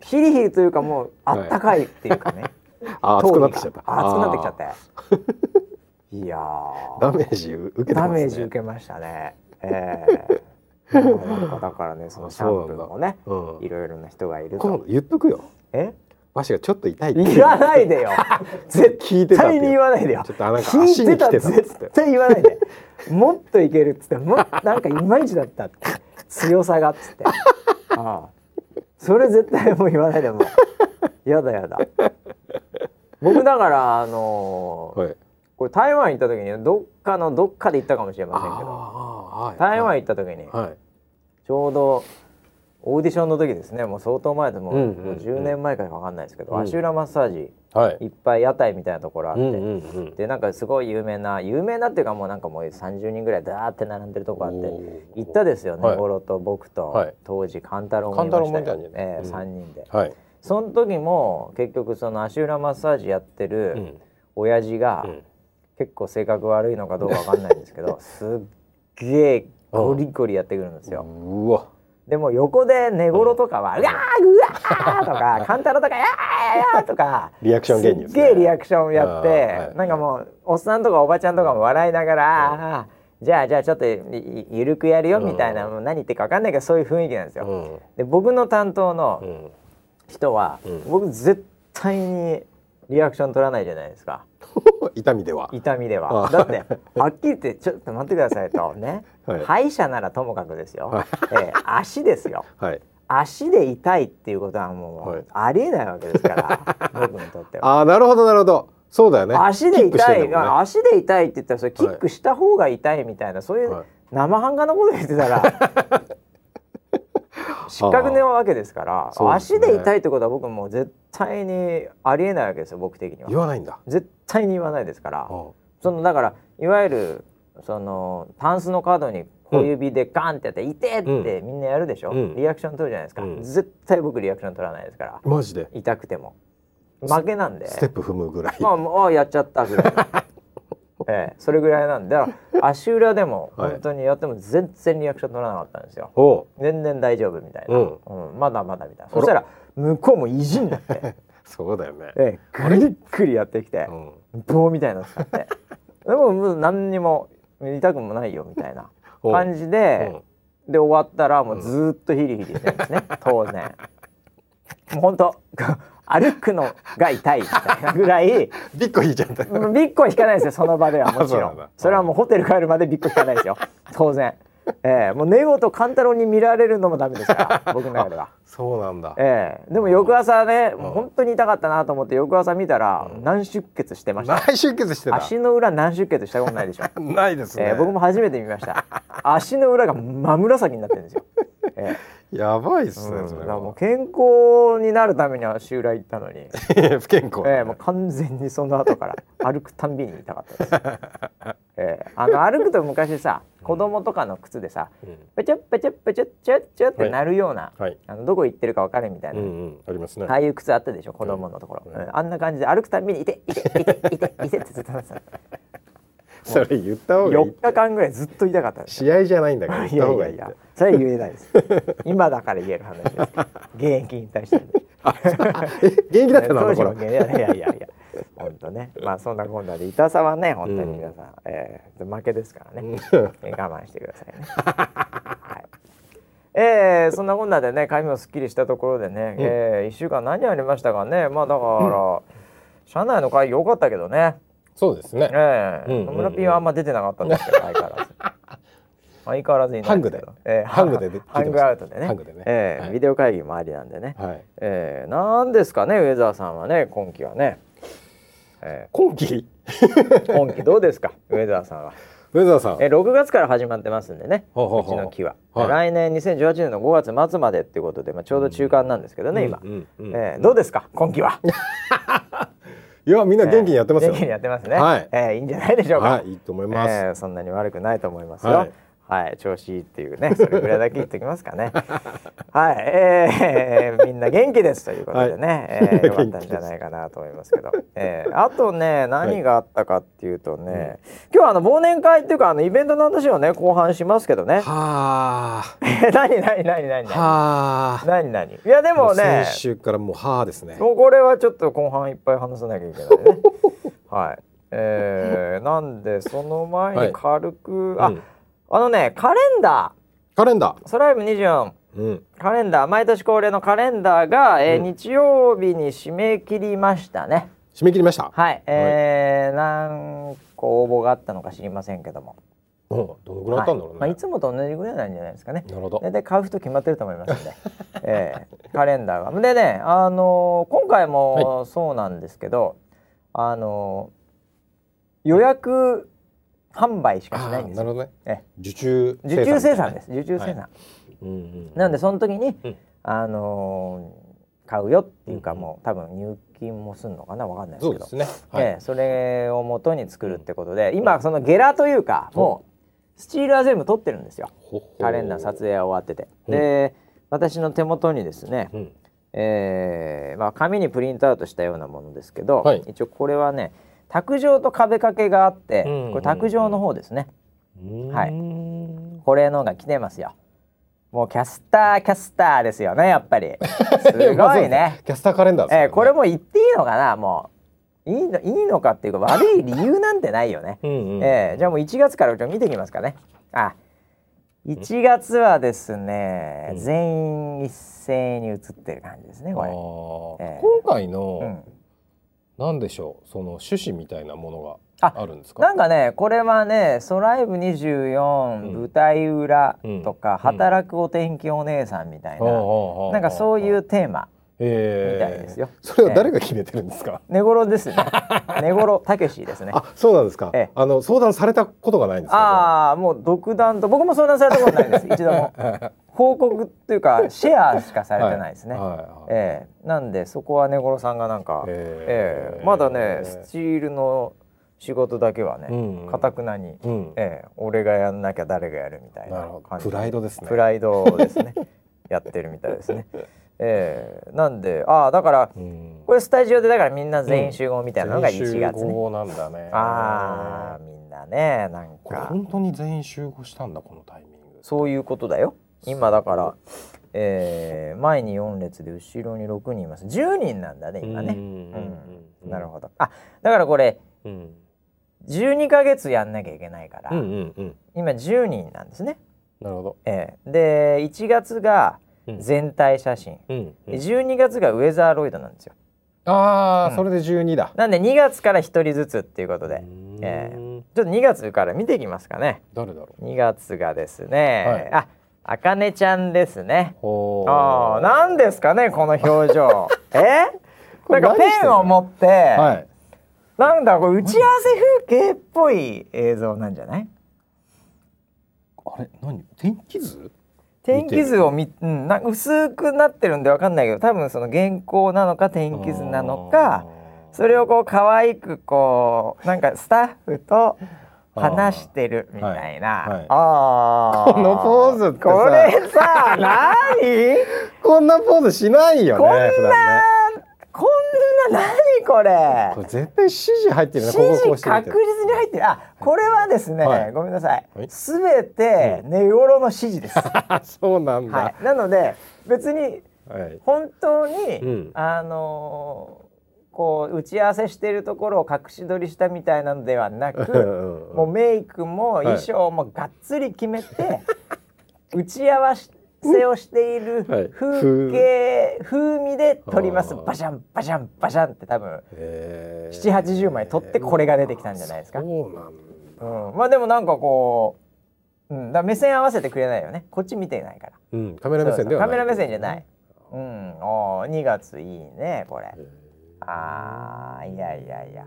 Speaker 1: ヒリヒリというかもうあったかいっていうかね、
Speaker 2: あー熱くなってきちゃった
Speaker 1: あ熱くなってきちゃ
Speaker 2: あ
Speaker 1: って。いや
Speaker 2: ー
Speaker 1: ー
Speaker 2: ダメージ受けて
Speaker 1: ダ
Speaker 2: ますね
Speaker 1: メージ受けましたね。ええなんかだからねそのシャンプーもね
Speaker 2: あそうなんだうん
Speaker 1: いろいろな人がいる
Speaker 2: 今度
Speaker 1: と。
Speaker 2: 言っとくよ
Speaker 1: え
Speaker 2: わしがちょっと痛いって
Speaker 1: 言わないで よ絶
Speaker 2: 聞いてたって
Speaker 1: 対に言わないでよ
Speaker 2: ちょっとなんか
Speaker 1: 聞いてた
Speaker 2: 足に来てたっつって
Speaker 1: 絶対言わないでもっといけるっつってもっなんかいまいちだったって強さがっつってああそれ絶対もう言わないでもうやだやだ僕だからあのー
Speaker 2: はい
Speaker 1: これ台湾行った時にどっかのどっかで行ったかもしれ
Speaker 2: あ
Speaker 1: ませんけど
Speaker 2: あーはい
Speaker 1: 台湾行った時に
Speaker 2: はい
Speaker 1: ちょうどオーディションの時ですねもう相当前でもう,、
Speaker 2: うんうんうん
Speaker 1: 10年前からか分かんないですけど、
Speaker 2: うん
Speaker 1: アシュラマッサージ
Speaker 2: はい
Speaker 1: いっぱい屋台みたいなところあっ
Speaker 2: う
Speaker 1: て、
Speaker 2: んうんうん
Speaker 1: でなんかすごい有名な有名なっていうかもうなんかもう30人ぐらいダーって並んでるとこあって
Speaker 2: おー
Speaker 1: 行ったですよね、
Speaker 2: はい
Speaker 1: ゴロと僕と、
Speaker 2: はい
Speaker 1: 当時勘太郎もいま
Speaker 2: 勘
Speaker 1: し
Speaker 2: 太
Speaker 1: たよ
Speaker 2: 郎もいたんじゃない
Speaker 1: ええ
Speaker 2: うん
Speaker 1: 3人で、
Speaker 2: はい
Speaker 1: その時も結局その足裏マッサージやって
Speaker 2: う
Speaker 1: る
Speaker 2: ん
Speaker 1: 親父が、
Speaker 2: うん
Speaker 1: 結構性格悪いのかどうかわかんないんですけ どすっげえゴリゴリやってくるんですよ、
Speaker 2: うわ
Speaker 1: でも横で寝頃とかは「うわーうわー!」と か「カンタロとか「やーやー!」とか
Speaker 2: リアクション芸人ですす
Speaker 1: っ
Speaker 2: ね
Speaker 1: げえリアクションやって、
Speaker 2: あーはい
Speaker 1: なんかもうおっさんとかおばちゃんとかも笑いながら「あーじゃあじゃあちょっといいゆるくやるよ」みたいな、もう何言ってるか分かんないけどそういう雰囲気なんですよ。
Speaker 2: うん
Speaker 1: で僕の担当の
Speaker 2: うん
Speaker 1: 人は、
Speaker 2: ん
Speaker 1: 僕絶対にリアクション取らないじゃないですか。
Speaker 2: 痛みでは
Speaker 1: 痛みで
Speaker 2: あ
Speaker 1: はだって はっきり言って「ちょっと待ってください」とね、
Speaker 2: はい
Speaker 1: 歯医者ならともかくですよ、
Speaker 2: はい
Speaker 1: ええ足ですよ
Speaker 2: はい
Speaker 1: 足で痛いっていうことはもう、
Speaker 2: はい
Speaker 1: ありえないわけですから 僕にとっては。
Speaker 2: ああなるほどなるほどそうだよね
Speaker 1: 足で
Speaker 2: キックして
Speaker 1: 痛
Speaker 2: んだも
Speaker 1: い、
Speaker 2: んね
Speaker 1: 足で痛いって言ったらそれキックした方が痛いみたいな、そういう
Speaker 2: はい
Speaker 1: 生半可なこと言って たら失格なわけですから
Speaker 2: そうですね
Speaker 1: 足で痛いってことは僕もう絶対にありえないわけですよ僕的に
Speaker 2: 言
Speaker 1: は
Speaker 2: わないんだ
Speaker 1: 絶対に言わないですから
Speaker 2: うん
Speaker 1: そのだからいわゆるそのタンスのカードに小指でガンってやって「痛え!」ってみんなやるでしょ、
Speaker 2: うん
Speaker 1: リアクション取るじゃないですか、
Speaker 2: うん
Speaker 1: 絶対僕リアクション取らないですから
Speaker 2: マジで
Speaker 1: 痛くても負けなんで
Speaker 2: ステップ踏むぐらい
Speaker 1: まあもうあやっちゃったぐらい ええそれぐらいなんでだから足裏でも
Speaker 2: はい
Speaker 1: 本当にやっても全然リアクション取らなかったんですよ
Speaker 2: おう
Speaker 1: 全然大丈夫みたいな、
Speaker 2: うん
Speaker 1: うんまだまだみたいなそしたら向こうも意地にな って、
Speaker 2: そうだよね
Speaker 1: ええ、ぐりっくりやってきて、
Speaker 2: うん
Speaker 1: 棒みたいなの使 ってでももう何にも痛くもないよみたいな感じで、で終わったらもうずーっとヒリヒリしてるん ですね、当然もうほんと歩くのが痛いみたいなぐらい
Speaker 2: ビッコ引いちゃった
Speaker 1: ビッコは引かないですよその場ではもち
Speaker 2: あそう
Speaker 1: ろ
Speaker 2: なん
Speaker 1: ん
Speaker 2: だ
Speaker 1: それはもうホテル帰るまでビッコ引かないですよ当然ええもう寝言勘太郎に見られるのもダメです から僕の中では。
Speaker 2: そうなんだ
Speaker 1: ええ、でも翌朝ね、もううん本当に痛かったなと思って翌朝見たら、軟出血してました
Speaker 2: 内出血してた
Speaker 1: 足の裏軟出血したことないで しょ、
Speaker 2: ないです
Speaker 1: え
Speaker 2: ね
Speaker 1: ー僕も初めて見ました足の裏が真紫になってるんですよ、え
Speaker 2: やばいっす
Speaker 1: ーう
Speaker 2: ね
Speaker 1: ん
Speaker 2: そ
Speaker 1: だ
Speaker 2: れ
Speaker 1: からもう
Speaker 2: は
Speaker 1: 健康になるためには足裏行ったのに、え
Speaker 2: 不健康
Speaker 1: ーもう完全にその後から歩くたんびに痛かったです、えーあの歩くと昔さ子供とかの靴でさ
Speaker 2: うん
Speaker 1: ペチュッペチュッペチュッチュッチュッってなるような、
Speaker 2: はい。
Speaker 1: あのどこ行ってるかわかるみたい
Speaker 2: うん
Speaker 1: な、
Speaker 2: うんありますね。
Speaker 1: ああいう靴あったでしょ子供のところ、
Speaker 2: うん
Speaker 1: うんあんな感じで歩くたびにいていていていていてってずっと話す
Speaker 2: それ言った方がいい
Speaker 1: 4。日間ぐらいずっと痛かったです
Speaker 2: 試合じゃ ないんだから
Speaker 1: い
Speaker 2: 言った
Speaker 1: やい
Speaker 2: 方が
Speaker 1: や
Speaker 2: いいっ
Speaker 1: い
Speaker 2: て。
Speaker 1: やそれは言えないです今だから言える話です現役に対して
Speaker 2: え元気だ ったの
Speaker 1: 当
Speaker 2: あの
Speaker 1: 時も
Speaker 2: 頃。
Speaker 1: 現役いやいやいやいや本当ねまあそんなこんなで痛さはね本当に皆さん、えー負けですからね、えー我慢してくださいね、はいえーそんなこんなでね髪もすっきりしたところでね、え1週間何ありましたかねまあだから、社内の会議良かったけどね
Speaker 2: そうですね。
Speaker 1: ええ
Speaker 2: うんうんうん
Speaker 1: 野村ピンはあんま出てなかったんですけど相変わらず相変わらずいないんすけど
Speaker 2: ハングで
Speaker 1: ええ
Speaker 2: ハングで出てきてま
Speaker 1: ハ
Speaker 2: した
Speaker 1: ングアウトでね
Speaker 2: ハングでね
Speaker 1: ええ
Speaker 2: はい
Speaker 1: ビデオ会議もありなんでね、
Speaker 2: はい。
Speaker 1: ええなんですかね上澤さんはね今期はね、え
Speaker 2: 今期
Speaker 1: え今期どう ですか上澤さんは、
Speaker 2: 上澤さん。
Speaker 1: ええ6月から始まってますんでね
Speaker 2: ほうほう
Speaker 1: う
Speaker 2: ほう
Speaker 1: ちの期は、
Speaker 2: はい
Speaker 1: 来年2018年の5月末までっていうことで、まあ、ちょうど中間なんですけどね、今、
Speaker 2: うんうんうん
Speaker 1: ええどうですか今期は
Speaker 2: いやみんな 元気にやってますよ
Speaker 1: 元気。にやってますね、
Speaker 2: はい
Speaker 1: ええいいんじゃないでしょうか、
Speaker 2: はいいいと思います。
Speaker 1: えーそんなに悪くないと思いますよ。は
Speaker 2: はいい、
Speaker 1: 調子いいっていうね、それぐらいだけ言ってきますか ね。はい、えーみんな元気ですということでね、えーよ かったんじゃないかなと思いますけど。えーあとね、何があったかっていうとね、今日はあの忘年会っていうかあのイベントの話をね後半しますけどね。
Speaker 2: はあ。
Speaker 1: 何何何何何
Speaker 2: はあ。
Speaker 1: 何何。いやでもね、
Speaker 2: 先週からもうはあですね。
Speaker 1: もうこれはちょっと後半いっぱい話さなきゃいけ ないね。はい。えー、なんでその前に軽く、
Speaker 2: は
Speaker 1: あ、
Speaker 2: いうん
Speaker 1: あのねカレンダ
Speaker 2: カレンダー。
Speaker 1: ーソライブ24
Speaker 2: うん。
Speaker 1: カレンダー毎年恒例のカレンダーが、えー
Speaker 2: うん
Speaker 1: 日曜日に締め切りましたね。
Speaker 2: 締め切りました。
Speaker 1: はい。えー何個応募があったのか知りませんけども。
Speaker 2: うん。どのぐらいあったんだろうね。
Speaker 1: はいまあ、いつもと同じぐらいなんじゃないですかね。
Speaker 2: なるほど。
Speaker 1: 大体買う人決まってると思いますんで、 ええカレンダーが。でね、あのー今回もそうなんですけど、あのー予約販売しかし
Speaker 2: あ
Speaker 1: ない
Speaker 2: ー
Speaker 1: んです
Speaker 2: なる
Speaker 1: よ。
Speaker 2: ほどね。
Speaker 1: え
Speaker 2: 受注。
Speaker 1: え受注生産ですす。受注生産。
Speaker 2: はうんうん。
Speaker 1: なんでその時に、
Speaker 2: うん
Speaker 1: あのー買うよっていうか、
Speaker 2: うん
Speaker 1: もう多分入金もするのかなわかんないです
Speaker 2: そ
Speaker 1: け
Speaker 2: う
Speaker 1: ど。
Speaker 2: ですね。
Speaker 1: ええ
Speaker 2: はい。
Speaker 1: それを元に作るってことで、今そのゲラというか、もうスチールは全部取ってるんですよ。
Speaker 2: ほほ
Speaker 1: カレンダー撮。影は終わってて、
Speaker 2: うん
Speaker 1: で私の手元にですね、
Speaker 2: うん。
Speaker 1: えーまあ、紙にプリントアウトしたようなものですけど、
Speaker 2: はい
Speaker 1: 一応これはね卓上と壁掛けがあって、
Speaker 2: うんうんうん
Speaker 1: これ卓上の方ですねはい
Speaker 2: い。
Speaker 1: これのが来てますよもうキャスターキャスターですよねやっ ぱりすごいね、。
Speaker 2: キャスターカレンダーですから
Speaker 1: え
Speaker 2: ね。
Speaker 1: ーこれも言っていいのかなもういいのいいのかっていうか悪い理由なんてないよね
Speaker 2: うんうん。
Speaker 1: ええじゃあもう1月からちょっと見ていきますかね。あ1月はですね、
Speaker 2: うん
Speaker 1: 全員一斉に映ってる感じですねこ
Speaker 2: あ
Speaker 1: れ。
Speaker 2: ー
Speaker 1: ええ
Speaker 2: 今回
Speaker 1: う
Speaker 2: の
Speaker 1: ん、
Speaker 2: なんでしょうその趣旨みたいなもの
Speaker 1: あ
Speaker 2: があるんですか。
Speaker 1: なんかねこれはね「ソライブ24」
Speaker 2: うん
Speaker 1: 舞台裏」とか、
Speaker 2: うん
Speaker 1: 働くお天気お姉さん」みたいな、な
Speaker 2: なん
Speaker 1: かそういうテーマみ
Speaker 2: み
Speaker 1: たいですよ。
Speaker 2: それは誰が決めてるんですか。
Speaker 1: 寝頃 ですね。寝頃たけしですね。
Speaker 2: あ、そうなんですか
Speaker 1: ええ。
Speaker 2: あの相談されたことがないんですか。
Speaker 1: ああもう独断と僕も相談されたことないです 一度も報告っていうかシェアしかされてないですね、
Speaker 2: はいはいはい
Speaker 1: ええなんでそこはねごろさんがなんか、え
Speaker 2: ええ
Speaker 1: えまだねスチールの仕事だけはね
Speaker 2: うんうん
Speaker 1: かた、くなに、
Speaker 2: うん。
Speaker 1: ええ俺がやんなきゃ誰がやるみたい
Speaker 2: な
Speaker 1: な
Speaker 2: るほど
Speaker 1: 感じ
Speaker 2: プライドですね
Speaker 1: プライドです ねやってるみたいですねええなんでああだから
Speaker 2: うん
Speaker 1: これスタジオでだからみんな全員集合みたいなのが1月ね、
Speaker 2: 全員集合なんだね。
Speaker 1: ああみんなねなん
Speaker 2: これ
Speaker 1: か
Speaker 2: 本当に全員集合したんだこのタイミング。
Speaker 1: そういうことだよ今だから、えー前に4列で後ろに6人います10人なんだね今ね、
Speaker 2: ね
Speaker 1: なるほどあだからこれ
Speaker 2: ど。うん
Speaker 1: 12ヶ月やんなきゃいけないから、
Speaker 2: うんうんうん。
Speaker 1: 今10人なんですね、
Speaker 2: なるほど。
Speaker 1: えーで1月が
Speaker 2: うん
Speaker 1: 全体写真、
Speaker 2: うんうん
Speaker 1: で12月がウェザーロイドなんですよ
Speaker 2: あ
Speaker 1: う
Speaker 2: あ
Speaker 1: ん
Speaker 2: それで十二だ。
Speaker 1: なんで2月から1人ずつっていうことで、
Speaker 2: うーん
Speaker 1: えちょっと2月から見ていきますかね
Speaker 2: 誰だろ
Speaker 1: 2月がですね、
Speaker 2: はい
Speaker 1: ああかねちゃんですね
Speaker 2: う。ほー
Speaker 1: ああ、なんですかね、この表情。 え
Speaker 2: こ
Speaker 1: なん
Speaker 2: れ
Speaker 1: か
Speaker 2: 何してんの
Speaker 1: ペンを持って、
Speaker 2: はい。
Speaker 1: なんだ、これ打ち合わせ風景っぽい映像なんじゃない
Speaker 2: あれ何天気図？
Speaker 1: 天気図を見、うん、な薄くなってるんでわかんないけど、多分その原稿なのか天気図なのか、それをこう可愛くこう、なんかスタッフと
Speaker 2: あー
Speaker 1: 話してるみたいな、
Speaker 2: はいはい
Speaker 1: ああ
Speaker 2: このポーズってさ
Speaker 1: これさ 何
Speaker 2: こんなポーズしないよね
Speaker 1: こんな
Speaker 2: 普段ね
Speaker 1: こんな何これ
Speaker 2: これ絶対指示入ってるね
Speaker 1: 指
Speaker 2: こここ
Speaker 1: 示
Speaker 2: うしてみ
Speaker 1: 確
Speaker 2: て
Speaker 1: 実に入ってるあこれはですね、
Speaker 2: はい
Speaker 1: ごめんなさい
Speaker 2: はい
Speaker 1: すべて寝頃の指示 です、は、
Speaker 2: あそうなんだ、はい
Speaker 1: なので別に
Speaker 2: い
Speaker 1: 本当に、
Speaker 2: うん
Speaker 1: あのーこう打ち合わせしてるところを隠し撮りしたみたいなのではな
Speaker 2: う
Speaker 1: く
Speaker 2: んうんうん
Speaker 1: もうメイクも
Speaker 2: い
Speaker 1: 衣装もがっつり決めて、 打ち合わせをしている
Speaker 2: はい
Speaker 1: 風景、風味で撮ります
Speaker 2: あー
Speaker 1: バシャンバシャンバシャンって多分、
Speaker 2: へー
Speaker 1: 780枚撮ってこれが出てきたんじゃないですか
Speaker 2: そうなんだ
Speaker 1: うん、まあでもなんかこう、うん、だから目線合わせてくれないよねこっち見てないから
Speaker 2: うんカメラ目線
Speaker 1: そ
Speaker 2: で
Speaker 1: うそう
Speaker 2: はな
Speaker 1: カ
Speaker 2: い
Speaker 1: メラ目線じゃない。うん、おー2月いいねこれ。あーいやいやいや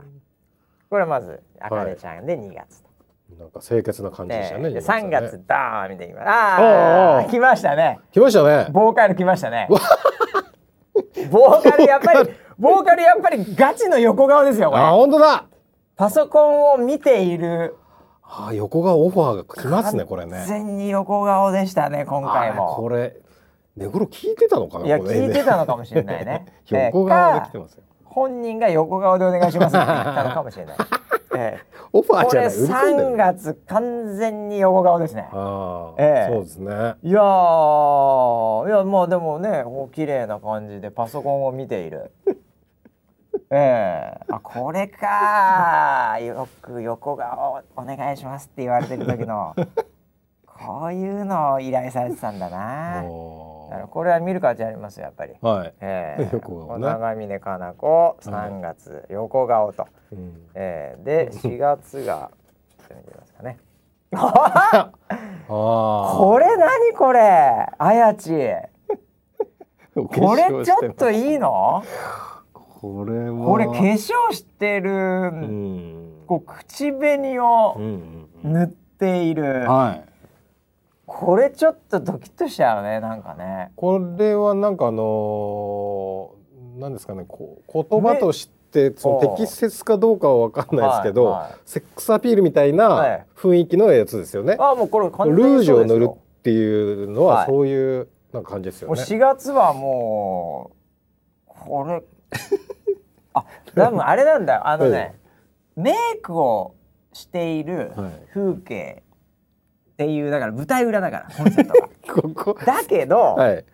Speaker 1: これまずあかねちゃんで2月と、
Speaker 2: なんか清潔な感じでしたね
Speaker 1: で
Speaker 2: 二さん
Speaker 1: 3
Speaker 2: ね
Speaker 1: 月ダーンみたいにあ
Speaker 2: おーお
Speaker 1: あ
Speaker 2: ー
Speaker 1: 来ましたね
Speaker 2: 来ましたね
Speaker 1: ボーカル来ましたねボーカルやっぱり ボーカルやっぱりガチの横顔ですよこれ
Speaker 2: あ本当だ
Speaker 1: パソコンを見ている
Speaker 2: あ横がオファーが来ますねこれね
Speaker 1: 完全に横顔でしたね今回
Speaker 2: あーこ
Speaker 1: も
Speaker 2: れ寝頃聞いてたのかない
Speaker 1: や
Speaker 2: これ
Speaker 1: 聞いてたのかもしれない ね
Speaker 2: 横
Speaker 1: え
Speaker 2: 側
Speaker 1: ー
Speaker 2: で
Speaker 1: か
Speaker 2: 来てますよ
Speaker 1: 本人が横顔でお願いしますって言ったのかもしれない。 ええ
Speaker 2: オファー
Speaker 1: こ
Speaker 2: じゃ
Speaker 1: れ
Speaker 2: ない売り込んで
Speaker 1: 3
Speaker 2: る
Speaker 1: 月完全に横顔ですね。
Speaker 2: ああ、
Speaker 1: ええ
Speaker 2: そうです
Speaker 1: い
Speaker 2: ね
Speaker 1: やーいやまあでもねこう綺麗な感じでパソコンを見ている。 ええあこれかーよく横顔お願いしますって言われてる時 のこういうのを依頼されてたんだな。
Speaker 2: お
Speaker 1: だから
Speaker 2: ー
Speaker 1: これは見る価値ありますよやっぱり。
Speaker 2: はい、
Speaker 1: ええ
Speaker 2: 横顔ね
Speaker 1: 長峰かな子3月横顔と。
Speaker 2: うん、
Speaker 1: えー、で4月がちょっと見てみますかね。
Speaker 2: あ
Speaker 1: これ何これあやち
Speaker 2: あ
Speaker 1: これちょっといいの
Speaker 2: これは
Speaker 1: これ化粧してる、
Speaker 2: うん
Speaker 1: こう口紅
Speaker 2: う
Speaker 1: を
Speaker 2: んうん
Speaker 1: 塗っている、
Speaker 2: うんはい
Speaker 1: これちょっとドキッとしちゃうねなんかね
Speaker 2: これはなんかあのー、なんですかねこう言葉としてそ
Speaker 1: お
Speaker 2: の
Speaker 1: う
Speaker 2: 適切かどうかは分かんないですけど、
Speaker 1: はいはい
Speaker 2: セックスアピールみたい
Speaker 1: はい
Speaker 2: な雰囲気のやつですよね、
Speaker 1: あもうこれ完全
Speaker 2: ルー
Speaker 1: に
Speaker 2: ジ
Speaker 1: そ
Speaker 2: ュ
Speaker 1: う
Speaker 2: を
Speaker 1: です
Speaker 2: 塗る
Speaker 1: よ
Speaker 2: っていうの
Speaker 1: はい
Speaker 2: はそういうなんか感じです
Speaker 1: も
Speaker 2: よ
Speaker 1: う
Speaker 2: ね、
Speaker 1: 4月はもうこ れあ多分あれなんだよあのね、メイクをしている
Speaker 2: はい
Speaker 1: 風景っていうだから舞台裏だからコンセプ トが
Speaker 2: ここ
Speaker 1: だけど、
Speaker 2: はい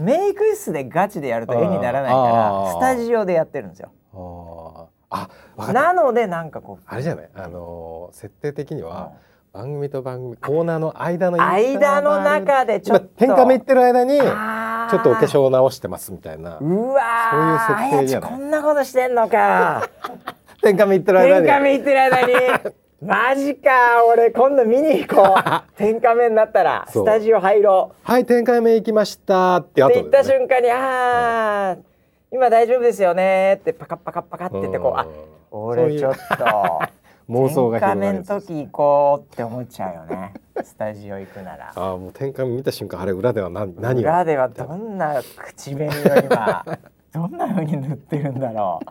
Speaker 1: メイク室でガチでやると絵にならないから
Speaker 2: あー
Speaker 1: スタジオでやってるんですよ
Speaker 2: あーあ分かった
Speaker 1: なのでなんかこう
Speaker 2: あれじゃないあのー設定的には
Speaker 1: う
Speaker 2: 番組と番組コーナーの間の
Speaker 1: 間の中でちょっと
Speaker 2: 変化目いってる間にちょ
Speaker 1: あー
Speaker 2: っとお化粧を直してますみたいな
Speaker 1: うわー
Speaker 2: そういう設定じゃない
Speaker 1: あやちこんなことしてんのか
Speaker 2: 天下目いってる間
Speaker 1: 天
Speaker 2: に
Speaker 1: 下目行ってる間に マジか俺今度見に行こ う天下目になったら
Speaker 2: そう
Speaker 1: スタジオ入ろ
Speaker 2: はい天下目行きましたって
Speaker 1: うっ
Speaker 2: 後
Speaker 1: て
Speaker 2: で、
Speaker 1: 言った瞬間に「ああ今大丈夫ですよね」ってパカッパカッパカって言ってこう「あ
Speaker 2: そう
Speaker 1: 俺
Speaker 2: いう
Speaker 1: ちょっと
Speaker 2: 妄想
Speaker 1: 天下
Speaker 2: が広が
Speaker 1: 目
Speaker 2: るや
Speaker 1: の
Speaker 2: つです
Speaker 1: 時行こう」って思っちゃうよねスタジオ行くなら。
Speaker 2: ああもう天下目見た瞬間あれ裏では何何を
Speaker 1: 裏ではどんな口紅を今 どんな風に塗ってるんだろう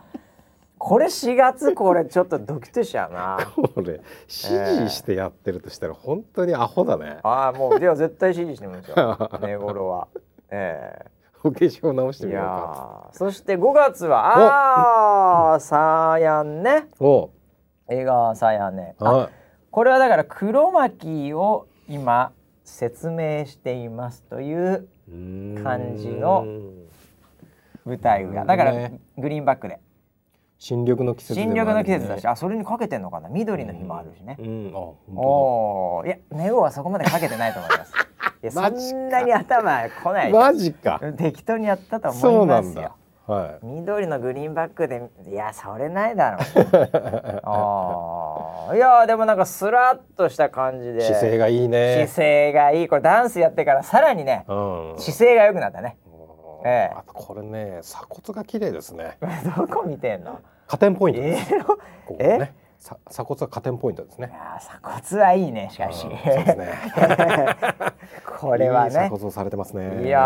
Speaker 1: これ4月これちょっとドキッとしちゃうな。
Speaker 2: これ指示してやってるとしたら本当にアホだね、
Speaker 1: ああもうでは絶対指示してみましょ う寝頃は。え
Speaker 2: お化粧直
Speaker 1: え
Speaker 2: して
Speaker 1: い
Speaker 2: みようか
Speaker 1: やーそして5月はああーサーヤンね
Speaker 2: お
Speaker 1: 映画サーヤンね。あ
Speaker 2: は
Speaker 1: これはだから黒巻を今説明していますという
Speaker 2: い、うーん
Speaker 1: 感じの舞台裏だからグリーンバックで
Speaker 2: 新緑の季節で
Speaker 1: 新
Speaker 2: もあるね
Speaker 1: 緑の季節だしあそれにかけてんのかな緑の日もあるしね
Speaker 2: う。ん、あ本当だ
Speaker 1: おおいやネオはそこまでかけてないと思います。いや
Speaker 2: マジか
Speaker 1: そんなに頭来ない
Speaker 2: マジか。
Speaker 1: 適当にやったと
Speaker 2: そ
Speaker 1: 思いう
Speaker 2: な
Speaker 1: ま
Speaker 2: ん
Speaker 1: す
Speaker 2: だ
Speaker 1: よ。。
Speaker 2: は
Speaker 1: 緑のグリーンバックでいやそれないだろ うあーいやーでもなんかスラッとした感じ
Speaker 2: い。
Speaker 1: で
Speaker 2: 姿勢がいいね。
Speaker 1: 姿勢がいいこれダンスやってからさらにね
Speaker 2: うん。
Speaker 1: 姿勢が良くなったねええ
Speaker 2: あとこれね、鎖骨が綺麗ですね。
Speaker 1: どこ見てんの
Speaker 2: 加点ポイント
Speaker 1: え
Speaker 2: です。
Speaker 1: ーの
Speaker 2: ここ
Speaker 1: え
Speaker 2: ね。さ鎖骨が加点ポイントです
Speaker 1: い
Speaker 2: ね。
Speaker 1: やー鎖骨はいいねしかし
Speaker 2: うんそうですね。
Speaker 1: これはい
Speaker 2: い
Speaker 1: ね
Speaker 2: 鎖骨をされてますね。
Speaker 1: いや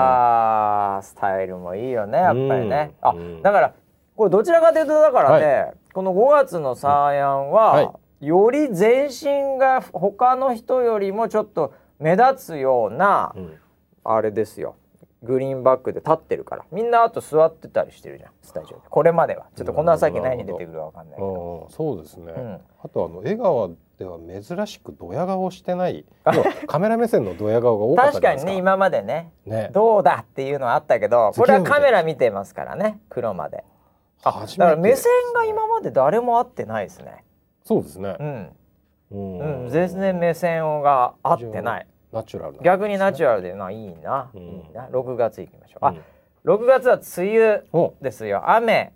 Speaker 1: ースタイルもいいよねやっぱりね、
Speaker 2: うん
Speaker 1: あ
Speaker 2: うん
Speaker 1: だからこれどちらかというとだからね、この5月のサーヤンは、
Speaker 2: はい
Speaker 1: より全身が他の人よりもちょっと目立つような、
Speaker 2: うん
Speaker 1: あれですよグリーンバックで立ってるからみんなあと座ってたりしてるじゃんスタジオでこれまではちょっとこの先何に出てくるかわかんないけど
Speaker 2: ああそうですね、
Speaker 1: うん
Speaker 2: あとあの江川では珍しくドヤ顔してない要はカメラ目線のドヤ顔が多かった
Speaker 1: 確
Speaker 2: じゃ
Speaker 1: か
Speaker 2: ないで
Speaker 1: に
Speaker 2: す か
Speaker 1: ね今までね
Speaker 2: ね
Speaker 1: どうだっていうのはあったけどこれは
Speaker 2: すげえ
Speaker 1: カメラ見てますからね黒まであ
Speaker 2: 初
Speaker 1: だから
Speaker 2: めて
Speaker 1: 目線が今まで誰も合ってないですね
Speaker 2: そうですね
Speaker 1: う、ん、
Speaker 2: うん
Speaker 1: うん、全然目線が合ってない
Speaker 2: ナチュラルな
Speaker 1: 逆にナチュラルでないいな、
Speaker 2: うん
Speaker 1: いいな6月行きましょう、
Speaker 2: うん
Speaker 1: あ6月は梅雨
Speaker 2: お
Speaker 1: ですよ雨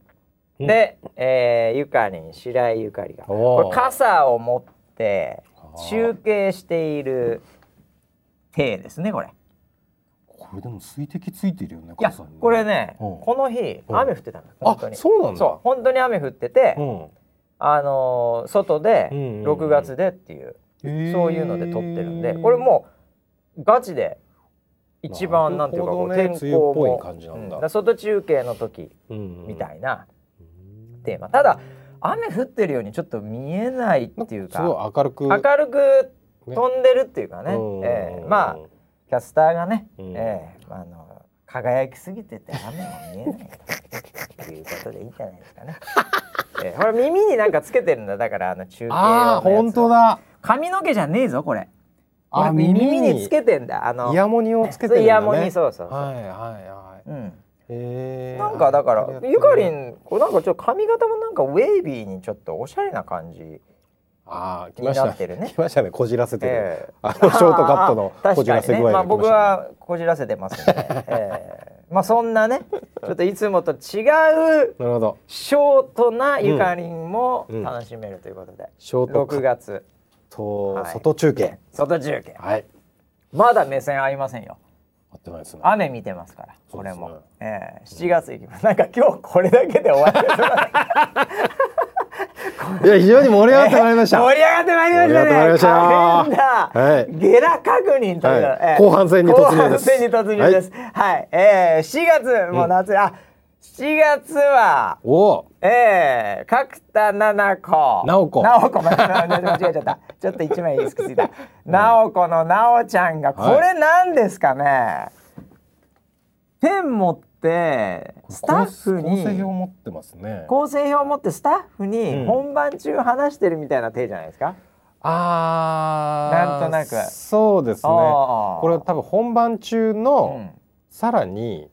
Speaker 1: で、えーゆかりん白井ゆかりが
Speaker 2: おー
Speaker 1: これ傘を持って
Speaker 2: あー
Speaker 1: 中継している体ですねこれ
Speaker 2: これでも水滴ついてるよね
Speaker 1: いや
Speaker 2: 傘に
Speaker 1: これね
Speaker 2: うん
Speaker 1: この日
Speaker 2: うん
Speaker 1: 雨降ってたの
Speaker 2: あ
Speaker 1: 本当に
Speaker 2: そうなんだ
Speaker 1: そう本当に雨降ってて、
Speaker 2: うん
Speaker 1: あのー外で
Speaker 2: うんうんうん
Speaker 1: 6月でっていう、
Speaker 2: へー
Speaker 1: そういうので撮ってるんでこれもうガチで一番な
Speaker 2: なんる
Speaker 1: ていうかこ
Speaker 2: ほ
Speaker 1: う
Speaker 2: ど
Speaker 1: 天
Speaker 2: ね
Speaker 1: 候
Speaker 2: 梅雨っぽ
Speaker 1: も
Speaker 2: い感じな
Speaker 1: うん
Speaker 2: だ
Speaker 1: んだから外中継の時みた
Speaker 2: い
Speaker 1: いなテーマ、ただ雨降ってるようにちょっと見えないっていう
Speaker 2: すご
Speaker 1: か
Speaker 2: い明るく
Speaker 1: 明るく
Speaker 2: ね
Speaker 1: 飛んでるっていうかね
Speaker 2: うん
Speaker 1: ええまあキャスターがね、
Speaker 2: うん
Speaker 1: ええあの輝きすぎてて雨も見えないということでいいんじゃないですか ね。ええ、これ耳になんかつけてるんだだからあの中継用の
Speaker 2: ああ
Speaker 1: やつ
Speaker 2: 本当だ
Speaker 1: 髪の毛じゃねえぞこれこ
Speaker 2: あ
Speaker 1: れ耳につけてんだあの
Speaker 2: イヤモニをつけてるんだね
Speaker 1: イヤモニそうそうそう、
Speaker 2: はいはいはい
Speaker 1: うん、
Speaker 2: へー
Speaker 1: なんかだから
Speaker 2: やってるや
Speaker 1: ゆ
Speaker 2: ってる
Speaker 1: かりんこうなんかちょっと髪型もなんかウェービーにちょっとおしゃれな感じ
Speaker 2: ああ来
Speaker 1: に
Speaker 2: まし
Speaker 1: な
Speaker 2: た
Speaker 1: ってるね
Speaker 2: 来ましたねこじらせてる、
Speaker 1: ええ
Speaker 2: あのショートカットの
Speaker 1: ああ
Speaker 2: こじらせ具
Speaker 1: 確かにねまあ、
Speaker 2: 合が来ま
Speaker 1: 僕
Speaker 2: したね
Speaker 1: はこじらせてますんで、ええまあそんなねちょっといつもと違う
Speaker 2: なるほど
Speaker 1: ショートなゆかりんも
Speaker 2: うん
Speaker 1: 楽しめるということで、
Speaker 2: ショートカ
Speaker 1: 6
Speaker 2: ッ
Speaker 1: 月
Speaker 2: ト、
Speaker 1: はい
Speaker 2: 外中継
Speaker 1: 外中継
Speaker 2: はい
Speaker 1: まだ目線合いませんよ
Speaker 2: 合ってないですね
Speaker 1: 雨見てますから
Speaker 2: そ
Speaker 1: こ
Speaker 2: うで
Speaker 1: れ
Speaker 2: すね
Speaker 1: も、ええ7月行きますなんか今日これだけで終 わり
Speaker 2: いや非常に盛り上がってまいりました、
Speaker 1: 盛り上がってまいりましたね。
Speaker 2: 盛り上がってまいりましたよ
Speaker 1: カレンダー、ゲラ確認というの、
Speaker 2: はい
Speaker 1: えー
Speaker 2: 後半戦に突入です
Speaker 1: 後半戦に突入です。はい、えー、4月もう夏、あ7月は。
Speaker 2: おお
Speaker 1: ええー、角田七子。
Speaker 2: 直子
Speaker 1: 直子、間違えちゃった。ちょっと一枚言い過ぎた。直子の直ちゃんが、これなんですかね。ペン持って、スタッフに。
Speaker 2: 構成表持ってますね
Speaker 1: 構成表を持ってスタッフ
Speaker 2: う
Speaker 1: に
Speaker 2: ん
Speaker 1: 本番中話してるみたいな手じゃないですか、
Speaker 2: あー
Speaker 1: なんとなく
Speaker 2: そうです
Speaker 1: あ
Speaker 2: ね
Speaker 1: ー
Speaker 2: これは多分本番中の、
Speaker 1: うん
Speaker 2: さらに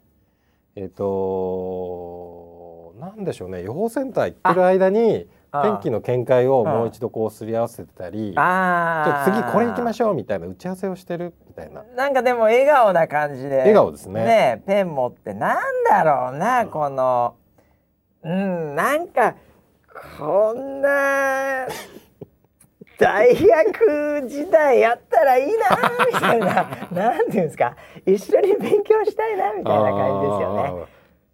Speaker 2: えっ、となんでしょうね予報センター行ってる間に
Speaker 1: あ
Speaker 2: 天気の見解をもう一度こうすり合わせてたり、ちょ
Speaker 1: あ
Speaker 2: っ
Speaker 1: あ
Speaker 2: と次これ行きま
Speaker 1: し
Speaker 2: しょうみたいな打ち合わせをしてるみたいな
Speaker 1: なんかでも笑顔な感じで
Speaker 2: 笑顔ですね
Speaker 1: ねえペン持ってなんだろうなこのうんなんかこんな大学時代やったらいいなみたいななんていうんですか一緒に勉強したいなみたいな感じですよね。
Speaker 2: あー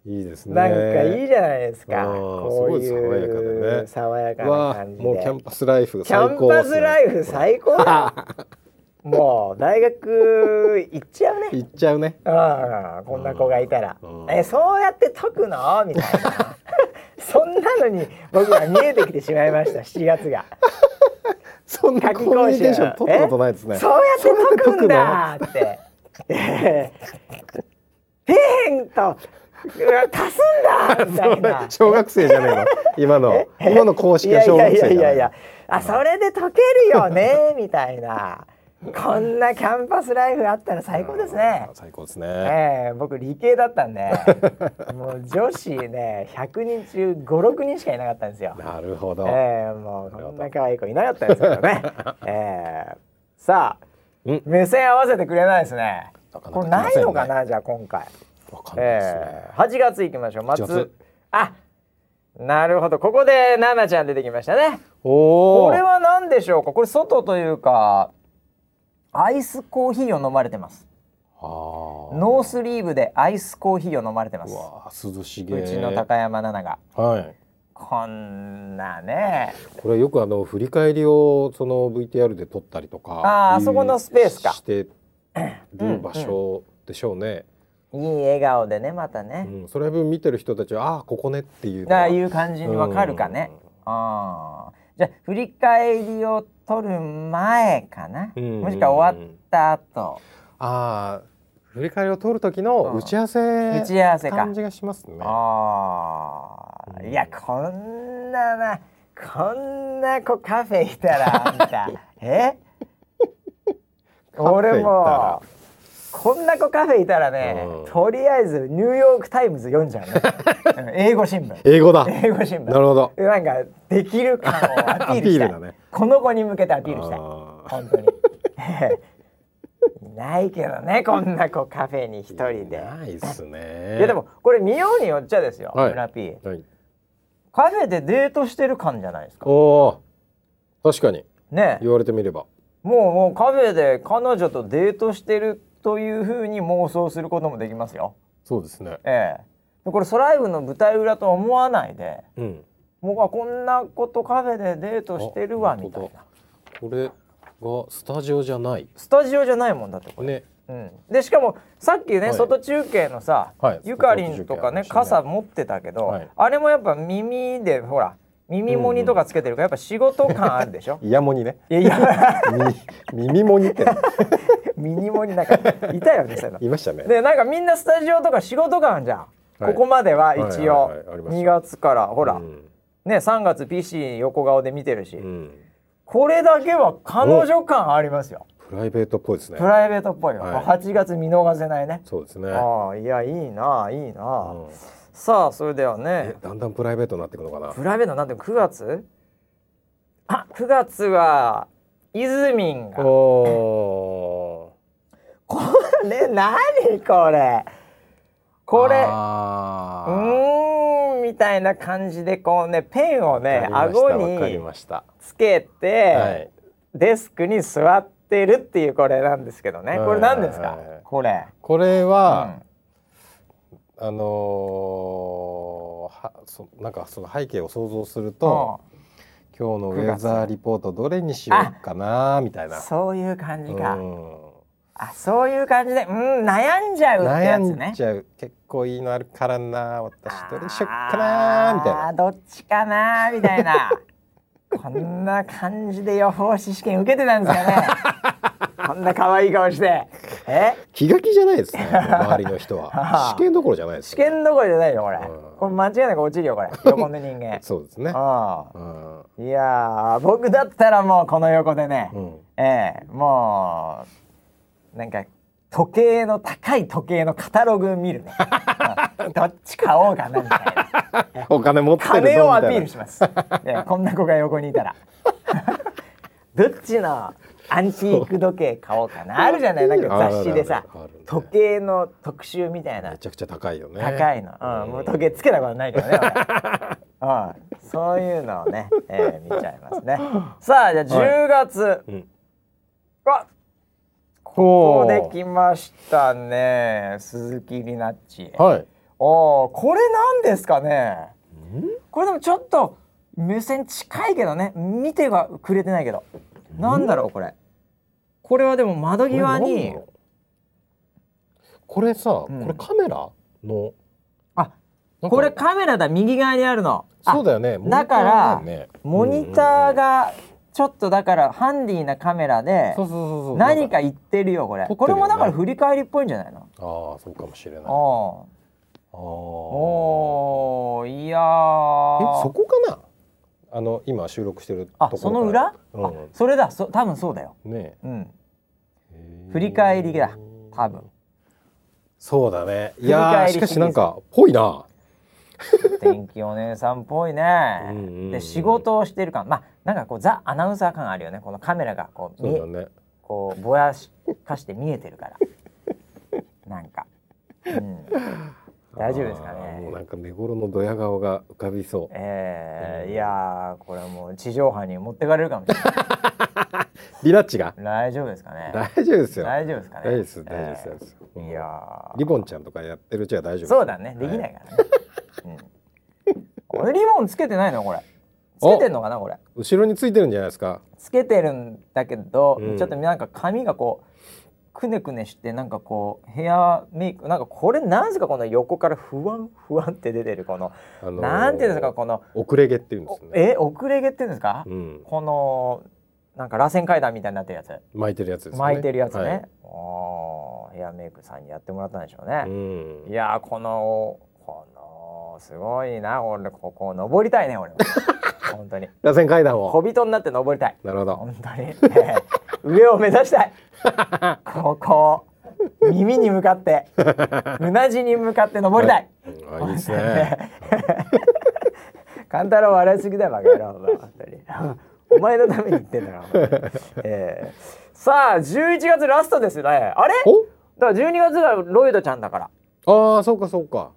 Speaker 2: いいですね
Speaker 1: なんかいいじゃないですか。
Speaker 2: あー
Speaker 1: こう
Speaker 2: すごい爽やかで
Speaker 1: いう
Speaker 2: ね
Speaker 1: 爽やかな
Speaker 2: わあ
Speaker 1: 感じで。
Speaker 2: もうキャンパスライフ
Speaker 1: キャ
Speaker 2: 最
Speaker 1: ン
Speaker 2: 高で
Speaker 1: パ
Speaker 2: す
Speaker 1: ス
Speaker 2: ね
Speaker 1: ライフ最高だ。もう大学行っちゃ うね。
Speaker 2: 行っちゃうね
Speaker 1: ああ、こんな子がいたら
Speaker 2: うん、
Speaker 1: え、そうやって解くのみたいな。 そんなのに僕は見えてきてしまいました。7月が。
Speaker 2: そんなコミュニケーション取ったことないですね
Speaker 1: そうやって解くんだって。え ー変とうわ足すんだみ たいな。
Speaker 2: 小学生じゃねえの今の今の公式は小学生じゃない
Speaker 1: いやいやいやいやあそれで解けるよね みたいなこんなキャンパスライフあったら最高ですね
Speaker 2: あー。最高ですね、
Speaker 1: ええ僕理系だったんでもう女子ね100人中56人しかいなかったんですよ。
Speaker 2: なるほど、
Speaker 1: ええもうこんな可愛い子いなかったですけどね。ええさあ
Speaker 2: うん
Speaker 1: 目線合わせてくれないですね。
Speaker 2: なかなか
Speaker 1: これないのかな、じゃあ今回。
Speaker 2: わかんないですね、
Speaker 1: ええ8月行きましょう
Speaker 2: 8
Speaker 1: 松
Speaker 2: 月。
Speaker 1: あなるほどここで奈々ちゃん出てきましたね。
Speaker 2: おお
Speaker 1: これは何でしょうかこれ外というかアイスコーヒーを飲まれてます
Speaker 2: あー
Speaker 1: ノースリーブでアイスコーヒーを飲まれてます
Speaker 2: うわー涼しげ
Speaker 1: うちの高山奈々が
Speaker 2: はい
Speaker 1: こんなね
Speaker 2: これよくあの振り返りをその VTR で撮ったりとか
Speaker 1: あー
Speaker 2: いう
Speaker 1: そこのスペースか
Speaker 2: してる場所でしょうね、
Speaker 1: いい笑顔でねまた
Speaker 2: う
Speaker 1: ね、
Speaker 2: んそれ分見てる人たちはああここねっていうの
Speaker 1: だ
Speaker 2: は
Speaker 1: ああいう感じにわかるかねうんじゃあ振り返りを取る前かな、
Speaker 2: うん
Speaker 1: もしくは終わった後
Speaker 2: ああ振り返りを取る時
Speaker 1: う
Speaker 2: の
Speaker 1: ん
Speaker 2: 打ち合わせ
Speaker 1: 打ち合わせか
Speaker 2: 感じがしますね。
Speaker 1: ああ、
Speaker 2: うん
Speaker 1: いやこんななこんな子カフェいたらあん たえ
Speaker 2: フェいたら
Speaker 1: 俺もこんな子カフェいたらね、
Speaker 2: うん
Speaker 1: とりあえずニューヨーク・タイムズ読んじゃうね うん英語新聞
Speaker 2: 英語だ。
Speaker 1: 英語新聞
Speaker 2: なるほど。
Speaker 1: なんかできる感をアピールしたい
Speaker 2: アピールだね
Speaker 1: この子に向けてアピールしたい
Speaker 2: あー
Speaker 1: 本当にいないけどねこんな子カフェに一人で
Speaker 2: ないっすね。
Speaker 1: いやでもこれ見ようによっちゃですよ、
Speaker 2: はい
Speaker 1: 村 P
Speaker 2: はい。
Speaker 1: カフェでデートしてる感じゃないですか
Speaker 2: おおー。確かに
Speaker 1: ねえ
Speaker 2: 言われてみれば。
Speaker 1: もうもうカフェで彼女とデートしてるというふうに妄想することもできますよ
Speaker 2: そうですね。
Speaker 1: ええでこれソライブの舞台裏とは思わないで
Speaker 2: うん。
Speaker 1: もうあこんなことカフェでデートしてるわ
Speaker 2: あ
Speaker 1: みたい
Speaker 2: 本
Speaker 1: な
Speaker 2: 当だこれがスタジオじゃない。
Speaker 1: スタジオじゃないもんだってこれ、
Speaker 2: ね。
Speaker 1: うん、でしかもさっきね、
Speaker 2: はい
Speaker 1: 外中継のさ、
Speaker 2: はい
Speaker 1: ゆかりんとかね
Speaker 2: 外中継ありましたね
Speaker 1: 傘持ってたけど、
Speaker 2: はい
Speaker 1: あれもやっぱ耳でほら耳モニとかつけてるからやっぱ仕事感あるでしょ
Speaker 2: イヤモニね。
Speaker 1: いやいや
Speaker 2: 耳耳モニって
Speaker 1: 耳モニなんかいたよねそういうの
Speaker 2: いましたね。
Speaker 1: でなんかみんなスタジオとか仕事感じゃん、
Speaker 2: はい
Speaker 1: ここまでは一応、
Speaker 2: はいはいはいありまし
Speaker 1: 2
Speaker 2: た
Speaker 1: 月からほら、
Speaker 2: うん
Speaker 1: ね3月 PC 横顔で見てるし、
Speaker 2: うん。
Speaker 1: これだけは彼女感ありますよ、
Speaker 2: プライベートっぽいですね
Speaker 1: プ。ライベートっぽいの、
Speaker 2: はい
Speaker 1: 8月見逃せないね
Speaker 2: そうですね。
Speaker 1: ああいやいいなあいいなあ、
Speaker 2: うん
Speaker 1: さあそれでは
Speaker 2: え
Speaker 1: ね
Speaker 2: だんだんプライベートになっていくのかな。
Speaker 1: プライベートなんて9月あ9月はイズミンが
Speaker 2: お
Speaker 1: これ何これこれう
Speaker 2: あ
Speaker 1: ーんみたいな感じでこうねペンを
Speaker 2: ー
Speaker 1: ね
Speaker 2: わかりま
Speaker 1: 顎
Speaker 2: したわかり
Speaker 1: に
Speaker 2: ました。
Speaker 1: つけて、
Speaker 2: はい。
Speaker 1: デスクに座ってるっていうこれなんですけどね、
Speaker 2: はい
Speaker 1: これ何ですか、
Speaker 2: はいはいはい
Speaker 1: これ、
Speaker 2: これ
Speaker 1: う
Speaker 2: は
Speaker 1: ん、、。
Speaker 2: あのーはそなんかその背景を想像すると、今日のウェザーリポートどれにしようかなみたいうなん
Speaker 1: そういう感じか、
Speaker 2: うん
Speaker 1: あそういう感じでうん悩んじゃうってやつ
Speaker 2: 悩
Speaker 1: ね
Speaker 2: んじゃう結構いいのあるからな私どれにしよっかなみたい
Speaker 1: あー
Speaker 2: な
Speaker 1: どっちかなみたい なこんな感じで予報士試験受けてたんですかねこんな可愛い顔してえ
Speaker 2: 気が気じゃないです ねもう周りの人
Speaker 1: あ
Speaker 2: は
Speaker 1: ー
Speaker 2: 試験どころじゃないです
Speaker 1: 試
Speaker 2: よ
Speaker 1: 験どころじゃないよこれ
Speaker 2: うん
Speaker 1: これ間違いなく落ちるよこ れ横の人間
Speaker 2: そうですね
Speaker 1: あ
Speaker 2: うん
Speaker 1: あいやー僕だったらもうこの横でね、
Speaker 2: うん
Speaker 1: ええもうなんか時計の高い時計のカタログ見 るね、うんどっち買おうかなみたいな
Speaker 2: お金持ってるぞみたい
Speaker 1: 金
Speaker 2: な
Speaker 1: をアピールします。いやこんな子が横にいた ら。どっちのアンティーク時計買おうかな。あるじゃない、なんか雑誌でさ
Speaker 2: あるあるあるある、
Speaker 1: 時計の特集みたいな
Speaker 2: め。ちゃくちゃ高いよね
Speaker 1: 高いの、うん、もう時計つけたことないけどね。 俺うん、そういうのをね、えー見ちゃいますね。 さあ、じゃあ10月。
Speaker 2: うん
Speaker 1: あ、ここ
Speaker 2: ほう
Speaker 1: できましたね。鈴木里奈っち。
Speaker 2: はい
Speaker 1: ああこれなんですかねこれでもちょっと目線近いけどね見てがくれてないけどなんだろうこれこれはでも窓際
Speaker 2: これなん
Speaker 1: に
Speaker 2: だろうこれさ、
Speaker 1: うん
Speaker 2: これカメラの
Speaker 1: あ
Speaker 2: なんか
Speaker 1: これカメラだ右側にあるのあ
Speaker 2: そうだよねモニタ
Speaker 1: だ
Speaker 2: ーだ
Speaker 1: か
Speaker 2: よ
Speaker 1: ら
Speaker 2: ね
Speaker 1: モニターがちょっとだからハンディなカメラで
Speaker 2: そうそうそうそう
Speaker 1: 何か言ってるよこれ
Speaker 2: 撮って
Speaker 1: こ
Speaker 2: る
Speaker 1: れ
Speaker 2: よね
Speaker 1: もだから振り返りっぽいんじゃないの
Speaker 2: ああそうかもしれない
Speaker 1: ああ
Speaker 2: ああ
Speaker 1: おーいや
Speaker 2: え
Speaker 1: ー
Speaker 2: そこかなあの今収録してるところ
Speaker 1: あ
Speaker 2: から
Speaker 1: その裏、あ
Speaker 2: う
Speaker 1: それだそ多分そうだよ
Speaker 2: ん、ね
Speaker 1: うん
Speaker 2: え
Speaker 1: 振り返りだ多分
Speaker 2: そうだね
Speaker 1: 振
Speaker 2: い
Speaker 1: り
Speaker 2: や
Speaker 1: 返りシ
Speaker 2: ー
Speaker 1: リーズ
Speaker 2: しかしなんかぽいな
Speaker 1: 天気お姉さんっぽい
Speaker 2: うんうんう
Speaker 1: ね
Speaker 2: ん
Speaker 1: で仕事をしてる感まあなんかこうザ・アナウンサー感あるよねこのカメラがこう
Speaker 2: そ
Speaker 1: 見
Speaker 2: う
Speaker 1: え
Speaker 2: だね
Speaker 1: こうぼやしかして見えてるからなんか、うん、大丈夫ですか
Speaker 2: あーもう
Speaker 1: ね
Speaker 2: なんか目頃のドヤ顔が浮かびそう
Speaker 1: え
Speaker 2: う
Speaker 1: ー、
Speaker 2: ん
Speaker 1: いやーこれはもう地上波に持ってかれるかもしれ
Speaker 2: リナッチが
Speaker 1: ない大丈夫ですかね
Speaker 2: 大丈夫ですよ
Speaker 1: 大丈夫ですかね
Speaker 2: 大丈夫です大丈夫です
Speaker 1: え
Speaker 2: 大丈夫です
Speaker 1: ー
Speaker 2: うん
Speaker 1: いやー
Speaker 2: リボンちゃんとかやってるうちは大丈夫です
Speaker 1: そうだねできないからね、うん、あれリボンつけてないのこれつけてんのかなこれ
Speaker 2: 後ろについてるんじゃないですか
Speaker 1: つけてるんだけど、
Speaker 2: うん
Speaker 1: ちょっとなんか髪がこうくねくねしてなんかこうヘアメイクなんかこれなんですかこの横から不安不安って出てるこの、
Speaker 2: あのー
Speaker 1: なんていうんですかこの
Speaker 2: 遅れ毛っていうんです
Speaker 1: お
Speaker 2: ね。
Speaker 1: え遅れ毛っていうんですか、
Speaker 2: うん、
Speaker 1: このなんか螺旋階段みたいになってるやつ、
Speaker 2: 巻いてるやつですね。
Speaker 1: 巻いてるやつね、
Speaker 2: はい
Speaker 1: おーヘアメイクさんにやってもらったんでしょうね、
Speaker 2: うん
Speaker 1: いやーこのこのすごいな俺ここ登りたいね 俺も本当に
Speaker 2: 螺旋階段
Speaker 1: 小
Speaker 2: を。
Speaker 1: 人になって登りたい
Speaker 2: なるほど。
Speaker 1: 本当に、え え上を目指 したいここ耳に向かってうなじに向かって登りたい、
Speaker 2: うんあいいで すね。
Speaker 1: 勘太郎笑いすぎだよバカ野郎お前本当に お前のために言ってんだから、 お前ええさあ11月ラストですねあれだから12月がロイドちゃんだから
Speaker 2: お、ああそうかそうか。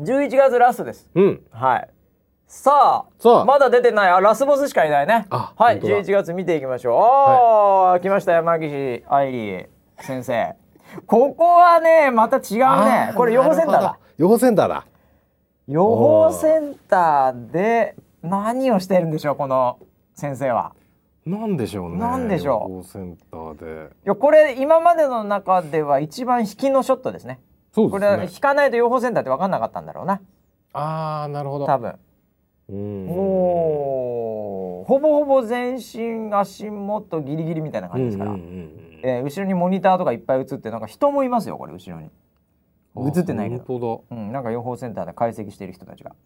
Speaker 1: 11月ラストです
Speaker 2: うん。
Speaker 1: はいさあ
Speaker 2: さあ
Speaker 1: まだ出てないあラスボスしかいないね
Speaker 2: あ
Speaker 1: はい
Speaker 2: 本当だ
Speaker 1: 11月見ていきましょうあ、ー来ました山岸愛理先生ここはねまた違うねこれ予報センター
Speaker 2: なる
Speaker 1: だ
Speaker 2: ほど。予報センターだ。
Speaker 1: 予報センターで何をしてるんでしょうこの先生は
Speaker 2: なんでしょうね。
Speaker 1: なんでしょう
Speaker 2: 予報センターで。
Speaker 1: いやこれ今までの中では一番引きのショットですね
Speaker 2: そう
Speaker 1: こ
Speaker 2: で
Speaker 1: れは
Speaker 2: す
Speaker 1: 引
Speaker 2: ね。
Speaker 1: かないと予報センターって分かんなかったんだろうな
Speaker 2: ああなるほど。
Speaker 1: 多分
Speaker 2: うん
Speaker 1: もうほぼほぼ全身足元ギリギリみたいな感じですから、
Speaker 2: うんうんうん
Speaker 1: えー後ろにモニターとかいっぱい映ってなんか人もいますよこれ後ろに
Speaker 2: うん
Speaker 1: 映ってないけど
Speaker 2: あ本当
Speaker 1: うん、なんか予報センターで解析してる人たちが
Speaker 2: だ。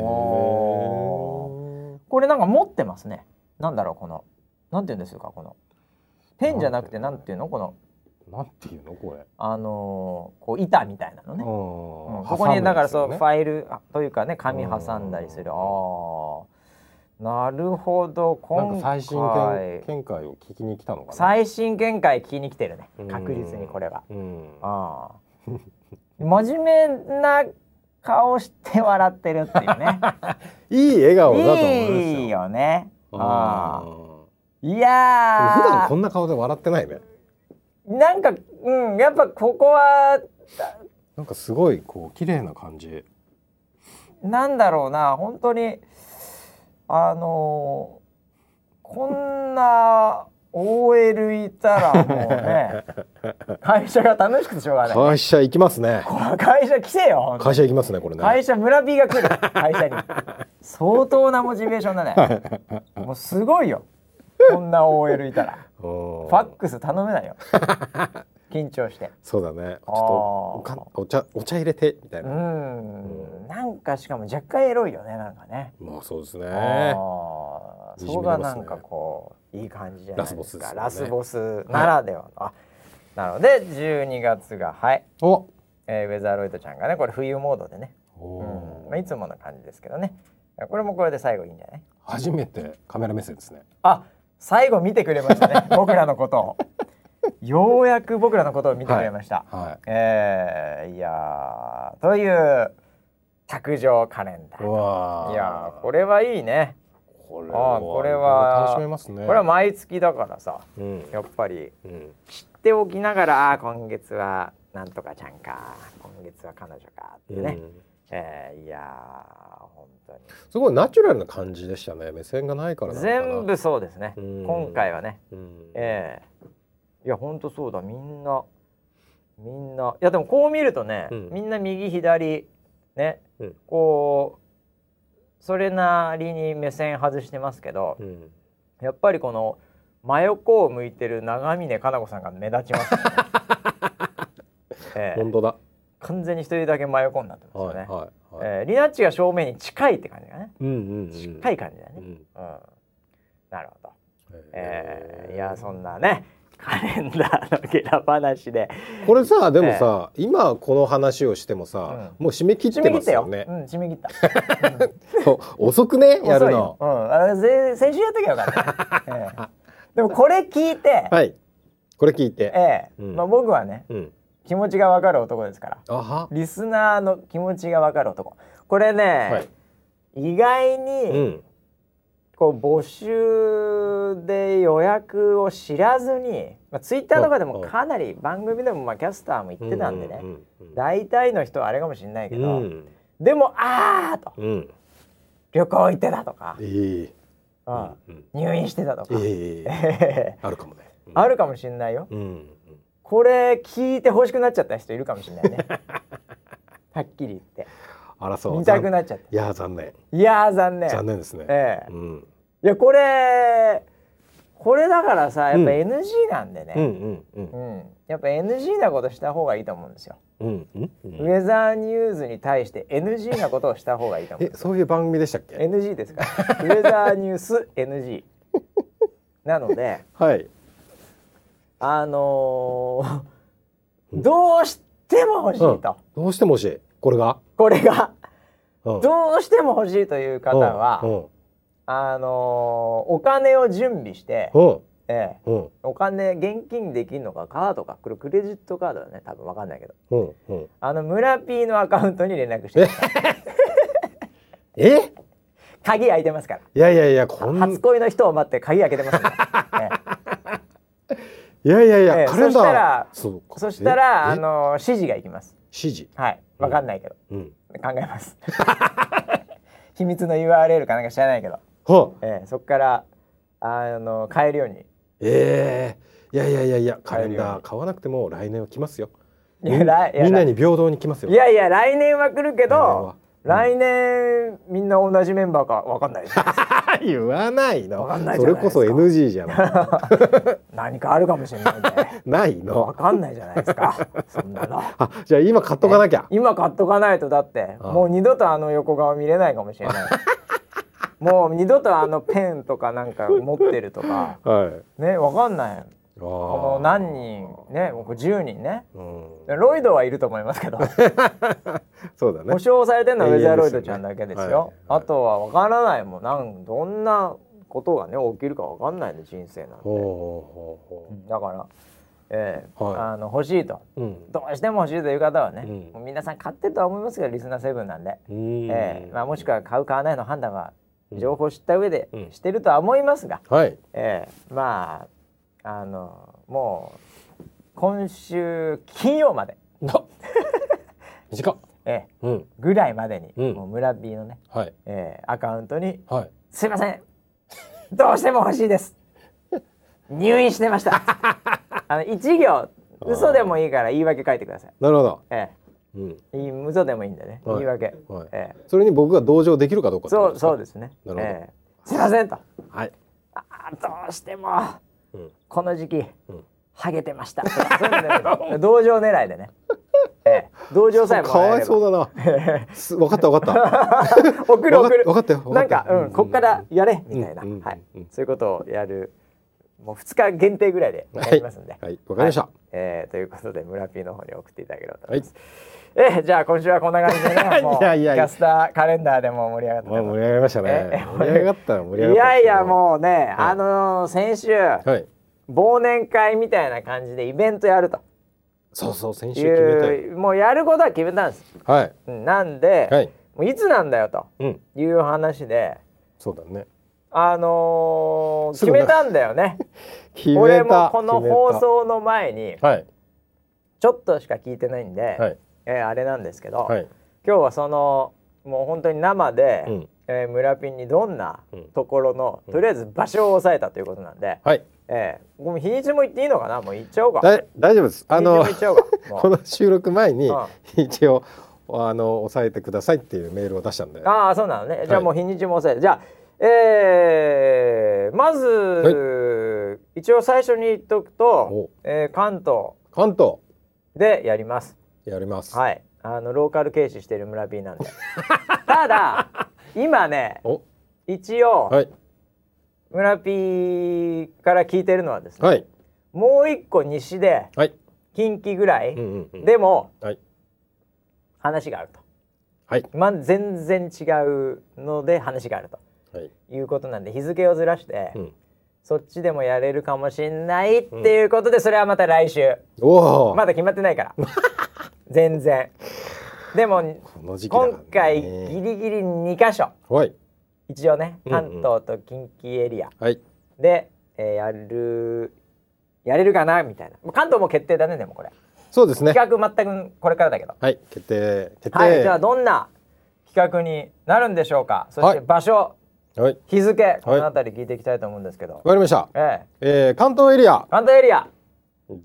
Speaker 1: お
Speaker 2: へえ。
Speaker 1: これなんか持ってますねなんだろうこのなんて言うんですかこのペンじゃなくてなんていうのこの
Speaker 2: なんていうのこれ。
Speaker 1: あのーこう板みたいなのね、うん
Speaker 2: こ
Speaker 1: ここにだからそう、フ
Speaker 2: イ
Speaker 1: ァイルあというかね紙挟んだりするあーなるほど
Speaker 2: なん
Speaker 1: 今
Speaker 2: か
Speaker 1: 回
Speaker 2: 最新見見解を聞きに来たのかな。
Speaker 1: 最新見解聞きに来てるね
Speaker 2: うん
Speaker 1: 確実にこれは
Speaker 2: うん。
Speaker 1: ああ真面目な顔して笑ってるって いうね
Speaker 2: いい笑顔だと思いますよ。
Speaker 1: いいよねああ
Speaker 2: あ
Speaker 1: い
Speaker 2: あ。普段
Speaker 1: や
Speaker 2: こんな顔で笑ってないね。
Speaker 1: ーなんかうんやっぱここは
Speaker 2: なんかすごいこう綺麗な感じ。
Speaker 1: なんだろうな本当にあのーこんな OL いたらもうね会社が楽しくてしょうがない
Speaker 2: 会社行きますね。
Speaker 1: これ会社来てよ本当に
Speaker 2: 会社行きますねこれね。
Speaker 1: 会社村 B が来る会社に相当なモチベーションだねもうすごいよこんな OL いたら
Speaker 2: ファ
Speaker 1: ファックス頼めないよ緊張して
Speaker 2: そうだね。ち
Speaker 1: あー
Speaker 2: ょっとおかお茶お茶入れてみたいうな。
Speaker 1: んなんかしかも若干エロいよねなんかね、
Speaker 2: まあそうですね。
Speaker 1: あー
Speaker 2: いじ
Speaker 1: そこ
Speaker 2: め
Speaker 1: が
Speaker 2: れ
Speaker 1: な
Speaker 2: ますね
Speaker 1: んかこういい感じじゃないですかラ
Speaker 2: ラ
Speaker 1: ス
Speaker 2: ス
Speaker 1: ボ
Speaker 2: ボ
Speaker 1: ス,、ならではの、あなので12月がはい、
Speaker 2: お。
Speaker 1: えーウェザーロイドちゃんがねこれ冬モードでね、うんまあ、いつもの感じですけどねこれもこれで最後いいんじゃない
Speaker 2: 初めてカメラ目線ですね。
Speaker 1: あ最後見てくれましたね僕らのことをようやく僕らのことを見てくれました、
Speaker 2: は
Speaker 1: えーいやーという卓上カレンダ
Speaker 2: い。
Speaker 1: ー
Speaker 2: うわー
Speaker 1: いやーこれはいいね
Speaker 2: これ
Speaker 1: あーこれはい
Speaker 2: ろいろ楽しめますね。
Speaker 1: これは毎月だからさ
Speaker 2: うん。
Speaker 1: やっぱり
Speaker 2: うん。
Speaker 1: 知っておきながらあー今月はなんとかちゃんか今月は彼女かっていうね、
Speaker 2: うん
Speaker 1: えーいやー本当に
Speaker 2: すごいナチュラルな感じでしたね。目線がないからなのかな。
Speaker 1: 全部そうですね
Speaker 2: うん
Speaker 1: 今回はね
Speaker 2: うん。
Speaker 1: ええいやほんとそうだみんなみんないやでもこう見るとね、
Speaker 2: うん
Speaker 1: みんな右左ね、
Speaker 2: うん
Speaker 1: こうそれなりに目線外してますけど、
Speaker 2: うん。
Speaker 1: やっぱりこの真横を向いてる長峰かな子さんが目立ちます ね、ええ
Speaker 2: 本当だ。
Speaker 1: 完全に一人だけ真横になってますよ
Speaker 2: はい
Speaker 1: ね、
Speaker 2: はいはい。
Speaker 1: ええリナッチが正面に近いって感じだね
Speaker 2: うんうんうん。
Speaker 1: 近い感じだね、
Speaker 2: う
Speaker 1: うん
Speaker 2: ん。
Speaker 1: なるほどえー、
Speaker 2: え
Speaker 1: いやそんなねカレンダーのゲラ話で
Speaker 2: これさでもさ、今この話をしてもさ、もう締め切っ
Speaker 1: 締め
Speaker 2: て
Speaker 1: 切
Speaker 2: ま
Speaker 1: っ
Speaker 2: す
Speaker 1: たよ、
Speaker 2: よね
Speaker 1: う。ん締め切った
Speaker 2: お 遅くね や
Speaker 1: 遅
Speaker 2: る
Speaker 1: いよ
Speaker 2: の。
Speaker 1: うんあれぜ先週やっときゃよ かった、ええでもこれ聞いて、
Speaker 2: はい。これ聞いて。
Speaker 1: ええ
Speaker 2: うん
Speaker 1: まあ、僕はね
Speaker 2: うん。
Speaker 1: 気持ちがわかる男ですから
Speaker 2: あは。
Speaker 1: リスナーの気持ちがわかる男これね、
Speaker 2: はい。
Speaker 1: 意外
Speaker 2: う
Speaker 1: に
Speaker 2: ん。
Speaker 1: こう募集で予約を知らずに、まあ、ツイッターとかでもかなり番組でもまあキャスターも言ってたんでね、
Speaker 2: うんうん
Speaker 1: 大体の人はあれかもしれないけ
Speaker 2: う
Speaker 1: ど、
Speaker 2: ん。
Speaker 1: でもあーと
Speaker 2: うん。
Speaker 1: 旅行行ってたとか
Speaker 2: い、い。
Speaker 1: う
Speaker 2: うんんうん。
Speaker 1: 入院してたとか、
Speaker 2: いい。あるかもね。
Speaker 1: あるかもしれないよ。
Speaker 2: うん。うん
Speaker 1: これ聞いて欲しくなっちゃった人いるかもしれ ないねはっきり言って
Speaker 2: あらそう
Speaker 1: 見たく
Speaker 2: い
Speaker 1: なっちゃっ
Speaker 2: いや残念
Speaker 1: たいやー残念
Speaker 2: 残念ですね、
Speaker 1: ええ
Speaker 2: うん、
Speaker 1: いやこれこれだからさやっぱ NG なんで
Speaker 2: うん
Speaker 1: ね、
Speaker 2: うんうん
Speaker 1: うんやっぱ NG なことした方がいいと思うんですよ、
Speaker 2: うんうんう
Speaker 1: ウ
Speaker 2: ん
Speaker 1: ェザーニューズに対して NG なことをした方がいいと思う
Speaker 2: えそういう番組でしたっけ
Speaker 1: NG ですからウェザーニュース NG なので
Speaker 2: はい
Speaker 1: あのーどうしても欲しいと、
Speaker 2: どうしても欲しいこれが、
Speaker 1: これが
Speaker 2: うん、
Speaker 1: どうしても欲しいという方は、
Speaker 2: うん
Speaker 1: あのーお金を準備して、
Speaker 2: うん
Speaker 1: ええ
Speaker 2: うん
Speaker 1: お金現金できるのかカードかこれクレジットカードだね多分わかんないけど
Speaker 2: うんうん
Speaker 1: あの村 P のアカウントに連絡してください
Speaker 2: え
Speaker 1: 鍵開いてますから
Speaker 2: いやいやいやこん
Speaker 1: 初恋の人を待って鍵開けてますん でええ
Speaker 2: いやいやい
Speaker 1: ええ
Speaker 2: やカレ
Speaker 1: そ
Speaker 2: ンダー
Speaker 1: したら
Speaker 2: そうか
Speaker 1: そしたら
Speaker 2: え
Speaker 1: あのー指示がいきます
Speaker 2: 指示
Speaker 1: はいわかんないけど、
Speaker 2: うん
Speaker 1: 考えます 秘密の URL かなんか知らないけど、
Speaker 2: はあ
Speaker 1: ええそこからあのー買えるように
Speaker 2: ええいやいやいやいやカレン
Speaker 1: 買えるよう
Speaker 2: ダ
Speaker 1: に
Speaker 2: ー買わなくても来年は来ますよ
Speaker 1: いや来いや
Speaker 2: みんなに平等に来ますよ
Speaker 1: いやいや来年は来るけど来
Speaker 2: 来
Speaker 1: 年みんな同じメンバーかわかんない です
Speaker 2: 言わないの
Speaker 1: わかんないじ
Speaker 2: そ
Speaker 1: ゃな
Speaker 2: れ
Speaker 1: いです
Speaker 2: こ
Speaker 1: か
Speaker 2: そ NG じゃない
Speaker 1: 何かあるかもしれないんで
Speaker 2: ない
Speaker 1: わ
Speaker 2: の
Speaker 1: かんないじゃないですかそんなの
Speaker 2: あじゃあ今買っとかなきゃ
Speaker 1: 今買っとかないとだって
Speaker 2: ああ
Speaker 1: もう二度とあの横顔見れないかもし れないもう二度とあのペンとかなんか持ってるとか
Speaker 2: はい
Speaker 1: ねわかんない
Speaker 2: こ
Speaker 1: この何人ねもうこれ10人ね
Speaker 2: うん
Speaker 1: ロイドはいると思い ますけど
Speaker 2: そうだね
Speaker 1: 保証されてるのはウェザーロイドちゃんだけです
Speaker 2: 永遠
Speaker 1: よ
Speaker 2: ですよねはいはい
Speaker 1: あとはわからないもんなんどんなことがね起きるかわかんないの人生なん
Speaker 2: ほう
Speaker 1: で
Speaker 2: ほうほう
Speaker 1: だ
Speaker 2: ほ
Speaker 1: から、ええ
Speaker 2: はい
Speaker 1: あの欲しいと
Speaker 2: ううん
Speaker 1: どうしても欲しいという方はね、
Speaker 2: うん
Speaker 1: もう皆さん買ってるとは思いますけどリスナーセブンなんで、
Speaker 2: うん
Speaker 1: ええまあ、もしくは買う買わないの判断は
Speaker 2: うん
Speaker 1: 情報を知った上で
Speaker 2: うん
Speaker 1: してるとは思いますが、
Speaker 2: はい
Speaker 1: ええまああのもう今週金曜まで、
Speaker 2: な短っ
Speaker 1: ええ
Speaker 2: うん
Speaker 1: ぐらいまでに、
Speaker 2: うん
Speaker 1: もう村 B のね、
Speaker 2: はい
Speaker 1: ええアカウントに
Speaker 2: はい
Speaker 1: 「すいませんどうしても欲しいです入院してま した」あの一行嘘でもいいから言い訳書いてください。
Speaker 2: なるほど
Speaker 1: ええ
Speaker 2: うん
Speaker 1: いい嘘でもいいんでね、
Speaker 2: は
Speaker 1: 言
Speaker 2: い
Speaker 1: い訳、
Speaker 2: はい
Speaker 1: え
Speaker 2: それに僕が同情できるかどうか
Speaker 1: えそうそう
Speaker 2: で
Speaker 1: ですね
Speaker 2: なるほど
Speaker 1: ええすいませんと
Speaker 2: すはい
Speaker 1: あーどうしても
Speaker 2: うん
Speaker 1: この時期、
Speaker 2: うん
Speaker 1: ハゲてましたとかそういうのでもいい 同情狙いでね、ええ、同情さえも
Speaker 2: かわいそうだな
Speaker 1: だ
Speaker 2: す分かった分かった
Speaker 1: 送る
Speaker 2: わか
Speaker 1: 送る
Speaker 2: わかったよわか
Speaker 1: な
Speaker 2: っ
Speaker 1: ん
Speaker 2: たよ
Speaker 1: かうん、こっからやれみたいな、
Speaker 2: うんうんうん
Speaker 1: はい、そういうことをやるもう2日限定ぐらいでやりますんで、
Speaker 2: はいわかりました
Speaker 1: えーということで村 P の方に送っていただければと思います、えーじゃあ今週はこんな感じでねもう
Speaker 2: いやいやいや
Speaker 1: キャスターカレンダーでもう盛り上がったと
Speaker 2: まあ
Speaker 1: 思います
Speaker 2: 盛り上がりました
Speaker 1: え
Speaker 2: ね盛り上がったら盛り上
Speaker 1: い
Speaker 2: がった
Speaker 1: やいや
Speaker 2: う
Speaker 1: もうね、あのー先週、
Speaker 2: はい
Speaker 1: 忘年会みたいな感じでイベントやると
Speaker 2: そうそう先週
Speaker 1: い
Speaker 2: 決めたよ
Speaker 1: うもうやることは決めたんです
Speaker 2: はい
Speaker 1: うんなんで、
Speaker 2: はい
Speaker 1: もういつなんだよと
Speaker 2: うん
Speaker 1: いう話で
Speaker 2: そうだね
Speaker 1: あのー
Speaker 2: す
Speaker 1: 決
Speaker 2: ぐな
Speaker 1: めたんだよね
Speaker 2: 決めた
Speaker 1: 俺もこの
Speaker 2: 決めた
Speaker 1: 放送の前に
Speaker 2: はい
Speaker 1: ちょっとしか聞いてないんで、
Speaker 2: はい
Speaker 1: えーあれなんですけど、
Speaker 2: はい
Speaker 1: 今日はそのもう本当に生で、
Speaker 2: うん
Speaker 1: えー村ピンにどんな
Speaker 2: うん
Speaker 1: ところの、とりあえず場所を押さえたということなんで、
Speaker 2: はい
Speaker 1: ええもう日にちも言っていいのかなもう言っちゃおうか
Speaker 2: だ大丈夫ですあの
Speaker 1: 日にちも言っちゃおうか
Speaker 2: こ
Speaker 1: もう
Speaker 2: の収録前に
Speaker 1: う
Speaker 2: 一応あの押さえてくださいっていうメールを出したんでは
Speaker 1: ああそうなのねじゃあ
Speaker 2: はい
Speaker 1: もう日にちも押さえて、じゃあえーまず、一応最初に言っとくと
Speaker 2: お、
Speaker 1: えー関東
Speaker 2: 関東
Speaker 1: でやります
Speaker 2: やります
Speaker 1: はいあのローカル軽視してる村 B なんでただ今ね
Speaker 2: お
Speaker 1: 一応、
Speaker 2: はい
Speaker 1: 村 P から聞いてるのはですね、
Speaker 2: はい
Speaker 1: もう一個西で
Speaker 2: はい
Speaker 1: 近畿ぐらい、
Speaker 2: うんうんうん
Speaker 1: でも
Speaker 2: はい
Speaker 1: 話があると、
Speaker 2: はい
Speaker 1: まあ、全然違うので話があると
Speaker 2: はい
Speaker 1: いうことなんで日付をずらして、
Speaker 2: うん
Speaker 1: そっちでもやれるかもしんないっていうことで、それはまた来週
Speaker 2: おお
Speaker 1: まだ決まってない から全然でも
Speaker 2: この時期だから
Speaker 1: 今
Speaker 2: ね
Speaker 1: 回ギリギリ2箇所
Speaker 2: はい
Speaker 1: 一応ね
Speaker 2: うんうん
Speaker 1: 関東と近畿エリア
Speaker 2: はい
Speaker 1: で、えーやるやれるかなみたいなもう関東も決定だねでもこれ
Speaker 2: そうですね
Speaker 1: 企画全くこれからだけど
Speaker 2: はい決定決定
Speaker 1: はい、じゃあどんな企画になるんでしょうか。そし
Speaker 2: は
Speaker 1: て
Speaker 2: い
Speaker 1: 場所、
Speaker 2: はい
Speaker 1: 日付このあたり聞いていきたいと思うんですけど。
Speaker 2: わかりました
Speaker 1: ええ
Speaker 2: えー関東エリア
Speaker 1: 関東エリア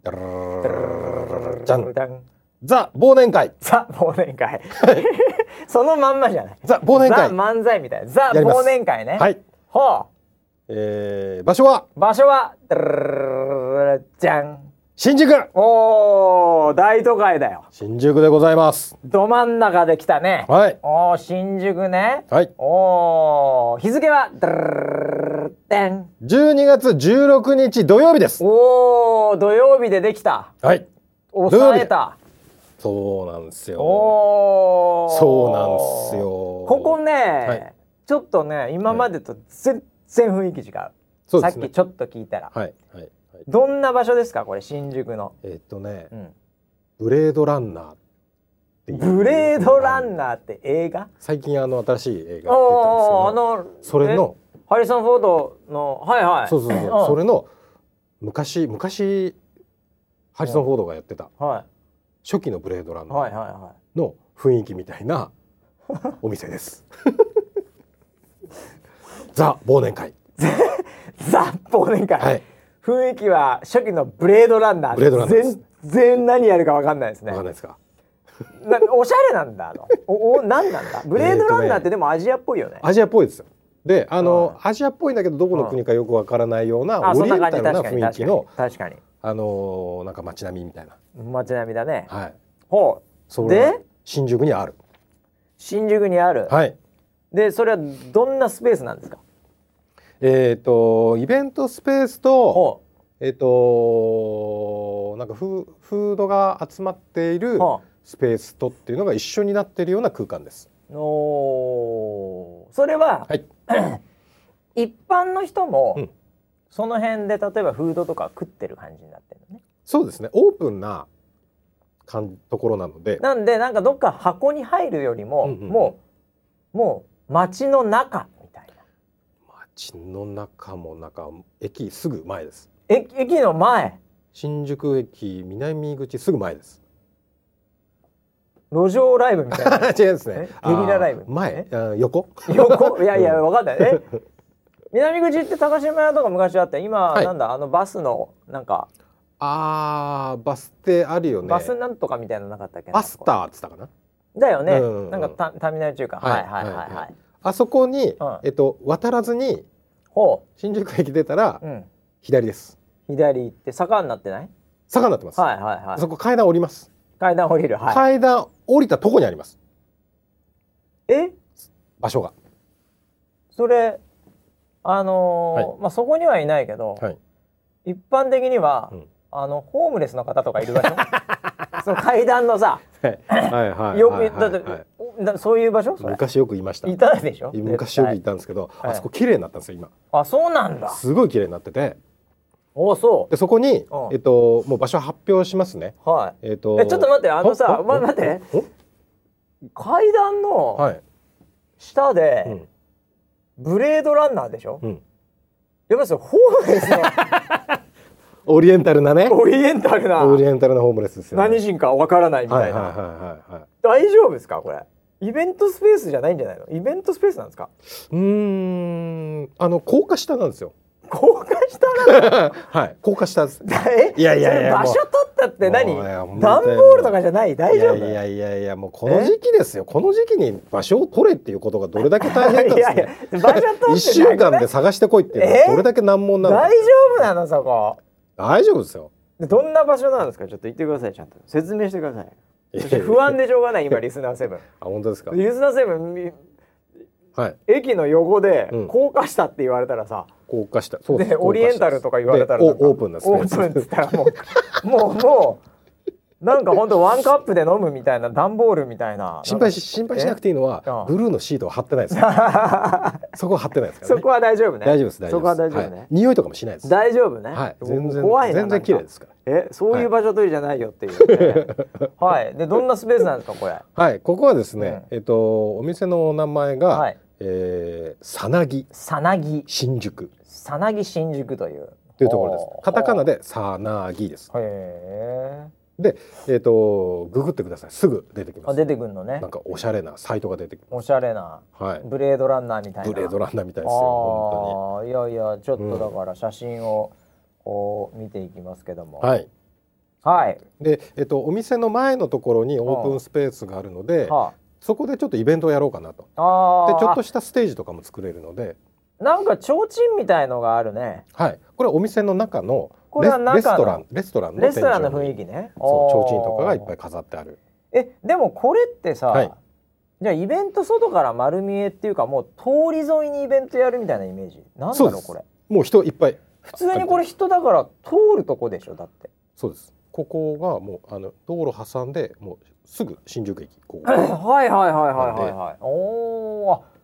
Speaker 2: ダララララララじゃん
Speaker 1: ダン
Speaker 2: ザ忘年会
Speaker 1: ザ忘年会そのまんまじゃない
Speaker 2: ザ忘年
Speaker 1: ザ
Speaker 2: 会
Speaker 1: 漫才みたいなザ
Speaker 2: やります
Speaker 1: 忘年会ね
Speaker 2: はい、
Speaker 1: ほ
Speaker 2: えー、場所は
Speaker 1: う場所はダララララじゃん
Speaker 2: 新宿
Speaker 1: おー大都会だよ
Speaker 2: 新宿でございます
Speaker 1: ど真ん中で来たね
Speaker 2: はい
Speaker 1: おー新宿ね
Speaker 2: はい
Speaker 1: おー日付はダララララダン
Speaker 2: 12月16日土曜日です
Speaker 1: おー土曜日でできた
Speaker 2: はい
Speaker 1: 抑えた
Speaker 2: そうなんですよ
Speaker 1: おー
Speaker 2: そうなんですよ
Speaker 1: ここね、
Speaker 2: はい
Speaker 1: ちょっとね今までと全然雰囲気違う,、
Speaker 2: そう
Speaker 1: さっ
Speaker 2: です
Speaker 1: き
Speaker 2: ね
Speaker 1: ちょっと聞いたら、
Speaker 2: はいはいはい
Speaker 1: どんな場所ですかこれ新宿の、
Speaker 2: えーっとね
Speaker 1: うん
Speaker 2: ブレードランナーっていう
Speaker 1: ブレードランナーって映画
Speaker 2: 最近あの新しい映画出たんですけ
Speaker 1: おおーあ
Speaker 2: ど
Speaker 1: の
Speaker 2: それの
Speaker 1: えハリソン・フォードのはいはい
Speaker 2: そうそうそう、
Speaker 1: ん
Speaker 2: それの昔昔ハリソン・フォードがやってた
Speaker 1: は
Speaker 2: 初期のブレードラン
Speaker 1: い
Speaker 2: ナー
Speaker 1: はいはいは
Speaker 2: の雰囲気みたいなお店です。 ザ忘年会。
Speaker 1: いザ忘年会、
Speaker 2: はい。
Speaker 1: 雰囲気は初期のブレードランナー
Speaker 2: ブレードランナーです
Speaker 1: 全然何やるかわかんないですね
Speaker 2: わかんないですか。
Speaker 1: なおしゃれなんだあのおおなんなんだブレードランナーってでもアジアっぽいよね
Speaker 2: アジアっぽいですよ。で、あの、アジアっぽいんだけどどこの国かよくわからないような
Speaker 1: あ
Speaker 2: オ
Speaker 1: そん
Speaker 2: リエ
Speaker 1: な
Speaker 2: ンタ
Speaker 1: 感じ確
Speaker 2: ルな
Speaker 1: かに
Speaker 2: 雰囲
Speaker 1: 確
Speaker 2: 気
Speaker 1: かに
Speaker 2: の
Speaker 1: 確かに
Speaker 2: あのーなんか街並みみたいな。
Speaker 1: 街並みだね
Speaker 2: はい。
Speaker 1: ほう
Speaker 2: それが
Speaker 1: で
Speaker 2: 新宿にある。
Speaker 1: 新宿にある、
Speaker 2: はい。
Speaker 1: でそれはどんなスペースなんですか
Speaker 2: えっ、とイベントスペースと
Speaker 1: ほ
Speaker 2: えっ、となんかフーフードが集まっていうる
Speaker 1: ほ
Speaker 2: スペースとっていうのが一緒になっているような空間です。
Speaker 1: うおーそれは、
Speaker 2: はい。
Speaker 1: 一般の人も、
Speaker 2: うん
Speaker 1: その辺で例えばフードとか食ってる感じになってるのね
Speaker 2: そうですね。オープンな感ところなので、
Speaker 1: なんでなんかどっか箱に入るよりも、
Speaker 2: うんうんうん
Speaker 1: もうもう街の中みたいな
Speaker 2: 街の中も中駅すぐ前です。
Speaker 1: 駅駅の前
Speaker 2: 新宿駅南口すぐ前です。
Speaker 1: 路上ライブみたい な
Speaker 2: 違います
Speaker 1: え。
Speaker 2: ね
Speaker 1: ゲリラライブ
Speaker 2: あー前、あー横。
Speaker 1: 横いやいや
Speaker 2: う
Speaker 1: 分かんないえ南口って高島屋とか昔あって今、
Speaker 2: はい
Speaker 1: なんだあのバスのなんか
Speaker 2: ああバス停あるよね。
Speaker 1: バスなんとかみたいなのなかったっけ
Speaker 2: バスターっつったかな。
Speaker 1: だよね、
Speaker 2: うんうんうん
Speaker 1: なんかタターミナル中間は
Speaker 2: はいい
Speaker 1: はいはいはい、
Speaker 2: はいはいあそこに、
Speaker 1: ん
Speaker 2: えっと渡らずに
Speaker 1: ほ
Speaker 2: 新宿駅出たら
Speaker 1: う、うん、
Speaker 2: 左です。
Speaker 1: 左行って坂になってない
Speaker 2: 坂になってます。
Speaker 1: はいはいはい
Speaker 2: そこ階段降ります。
Speaker 1: 階段降りるはい、
Speaker 2: 階段降りたとこにあります。
Speaker 1: え
Speaker 2: 場所が。
Speaker 1: それあのー
Speaker 2: は
Speaker 1: まあそこにはいないけど、
Speaker 2: はい。
Speaker 1: 一般的には、
Speaker 2: うん
Speaker 1: あのホームレスの方とかいる 場所その階段のさ
Speaker 2: はいはいはい。
Speaker 1: よく、
Speaker 2: はいはい
Speaker 1: だ
Speaker 2: は
Speaker 1: っ
Speaker 2: い
Speaker 1: て、おだそういう場所それ
Speaker 2: 昔よく言いました。
Speaker 1: いたでしょ
Speaker 2: 昔
Speaker 1: 絶
Speaker 2: よく
Speaker 1: 対
Speaker 2: 行ったんですけど、
Speaker 1: はい
Speaker 2: あそこ綺麗になったんですよ今
Speaker 1: あそうなんだ
Speaker 2: すごい綺麗になってて
Speaker 1: おそ
Speaker 2: でそこに、
Speaker 1: うん
Speaker 2: えっと、もう場所発表しますね
Speaker 1: うはい
Speaker 2: えっと
Speaker 1: えちょっと待ってあのさ
Speaker 2: お
Speaker 1: ま待って階段
Speaker 2: お
Speaker 1: の
Speaker 2: はい、
Speaker 1: 下
Speaker 2: う
Speaker 1: で
Speaker 2: ん
Speaker 1: ブレードランナーでしょ
Speaker 2: うん、
Speaker 1: やばいっすよホームレス
Speaker 2: オリエンタルなね
Speaker 1: のオリエンタルな
Speaker 2: オリエンタルなホームレスですよ、ね、
Speaker 1: 何人かわからないみた
Speaker 2: はいいはいはい
Speaker 1: な
Speaker 2: はいはい
Speaker 1: 大丈夫ですかこれイベントスペースじゃないんじゃないのイベントスペースなんですか
Speaker 2: うーんあの高架下なんですよ
Speaker 1: 高架下なの
Speaker 2: はい高架下です
Speaker 1: え
Speaker 2: いやいやいや
Speaker 1: それ場所取ったって何
Speaker 2: もうもういや
Speaker 1: 段
Speaker 2: 本
Speaker 1: ボ
Speaker 2: 当に
Speaker 1: ールとかじゃない大丈夫
Speaker 2: いやいやいやいやもうこの時期ですよこの時期に場所を取れっていうことがどれだけ大変かですね
Speaker 1: いやいや場所取ってなくない
Speaker 2: 1週間で探してこいっていうの
Speaker 1: え
Speaker 2: はどれだけ難問なのか
Speaker 1: 大丈夫なのそこ
Speaker 2: 大丈夫ですよ
Speaker 1: でどんな場所なんですかちょっと言ってくださいちゃんと説明してくださいそして不安でしょうがない今リスナーセブン
Speaker 2: あ本当ですか。
Speaker 1: リスナーセブンみ
Speaker 2: はい。
Speaker 1: 駅の横で
Speaker 2: うん
Speaker 1: 高架下って言われたらさ、
Speaker 2: 高架下。そう
Speaker 1: で
Speaker 2: す
Speaker 1: オリエンタルとか言われたら
Speaker 2: で
Speaker 1: な
Speaker 2: お
Speaker 1: んか
Speaker 2: オープンなスペ
Speaker 1: オープンっ
Speaker 2: ー
Speaker 1: つ
Speaker 2: ス。
Speaker 1: ったらもうもうもうなんかほんとワンカップで飲むみたいな段ボールみたいな
Speaker 2: 心配し心配しなくていいの
Speaker 1: えああ
Speaker 2: はブルーのシートを貼ってないですから。 そこは貼ってないですから
Speaker 1: そ
Speaker 2: ね。
Speaker 1: こは大丈夫ね
Speaker 2: 大丈夫です大丈夫です。
Speaker 1: そこは大丈夫ね、
Speaker 2: はい匂いとかもしないです。
Speaker 1: 大丈夫ね、
Speaker 2: はい。全然
Speaker 1: 怖いな
Speaker 2: 全然綺麗ですすから。
Speaker 1: えそういう場所取りじゃないよっていう、ねはいでどんなスペースなんですか これ
Speaker 2: はい。ここはですね、
Speaker 1: う
Speaker 2: えっとお店のお名前が、
Speaker 1: はい
Speaker 2: えーさなぎ
Speaker 1: さなぎ
Speaker 2: 新宿
Speaker 1: さなぎ新宿という
Speaker 2: というところです
Speaker 1: ほ。う
Speaker 2: カタカナでさなぎです。
Speaker 1: へえ
Speaker 2: で、えっとググってください。すぐ出てきま
Speaker 1: あ
Speaker 2: す
Speaker 1: 出。てくんのね
Speaker 2: なんかおしゃれなサイトが出てきま
Speaker 1: おしゃれな
Speaker 2: す。はい。
Speaker 1: ブレードランナーみたいな
Speaker 2: ブレードランナーみたいですよ。本当に。
Speaker 1: ああーいやいやちょっとだから写真をこう見ていきますけども、
Speaker 2: はい。
Speaker 1: はい。
Speaker 2: で、えっと、お店の前のところにオープンスペースがあるので、
Speaker 1: は
Speaker 2: そこでちょっとイベントをやろうかなと。
Speaker 1: あ。あ
Speaker 2: で
Speaker 1: あ。
Speaker 2: ちょっとしたステージとかも作れるので、
Speaker 1: なんか提灯みたいのがあるね。
Speaker 2: はい、これはお店の中の
Speaker 1: これ
Speaker 2: レ
Speaker 1: は中の
Speaker 2: レストランレストランの
Speaker 1: レストランの
Speaker 2: 天井
Speaker 1: 雰
Speaker 2: に
Speaker 1: 囲気ね。
Speaker 2: そう提灯とかがいっぱい
Speaker 1: い。
Speaker 2: 飾ってある
Speaker 1: え、でもこれってさ、
Speaker 2: はい
Speaker 1: じゃあイベント外から丸見えっていうかもう通り沿いにイベントやるみたいなイメージ。なんだ
Speaker 2: そう
Speaker 1: ろ
Speaker 2: で
Speaker 1: う
Speaker 2: す
Speaker 1: これ。
Speaker 2: もう人いっぱい
Speaker 1: 普通にこれ人だから通るとこでしょだって。
Speaker 2: そうですここがもうあの道路挟んでもうすぐ新宿駅ここ
Speaker 1: はいはいはいはいはいはい。おお。あ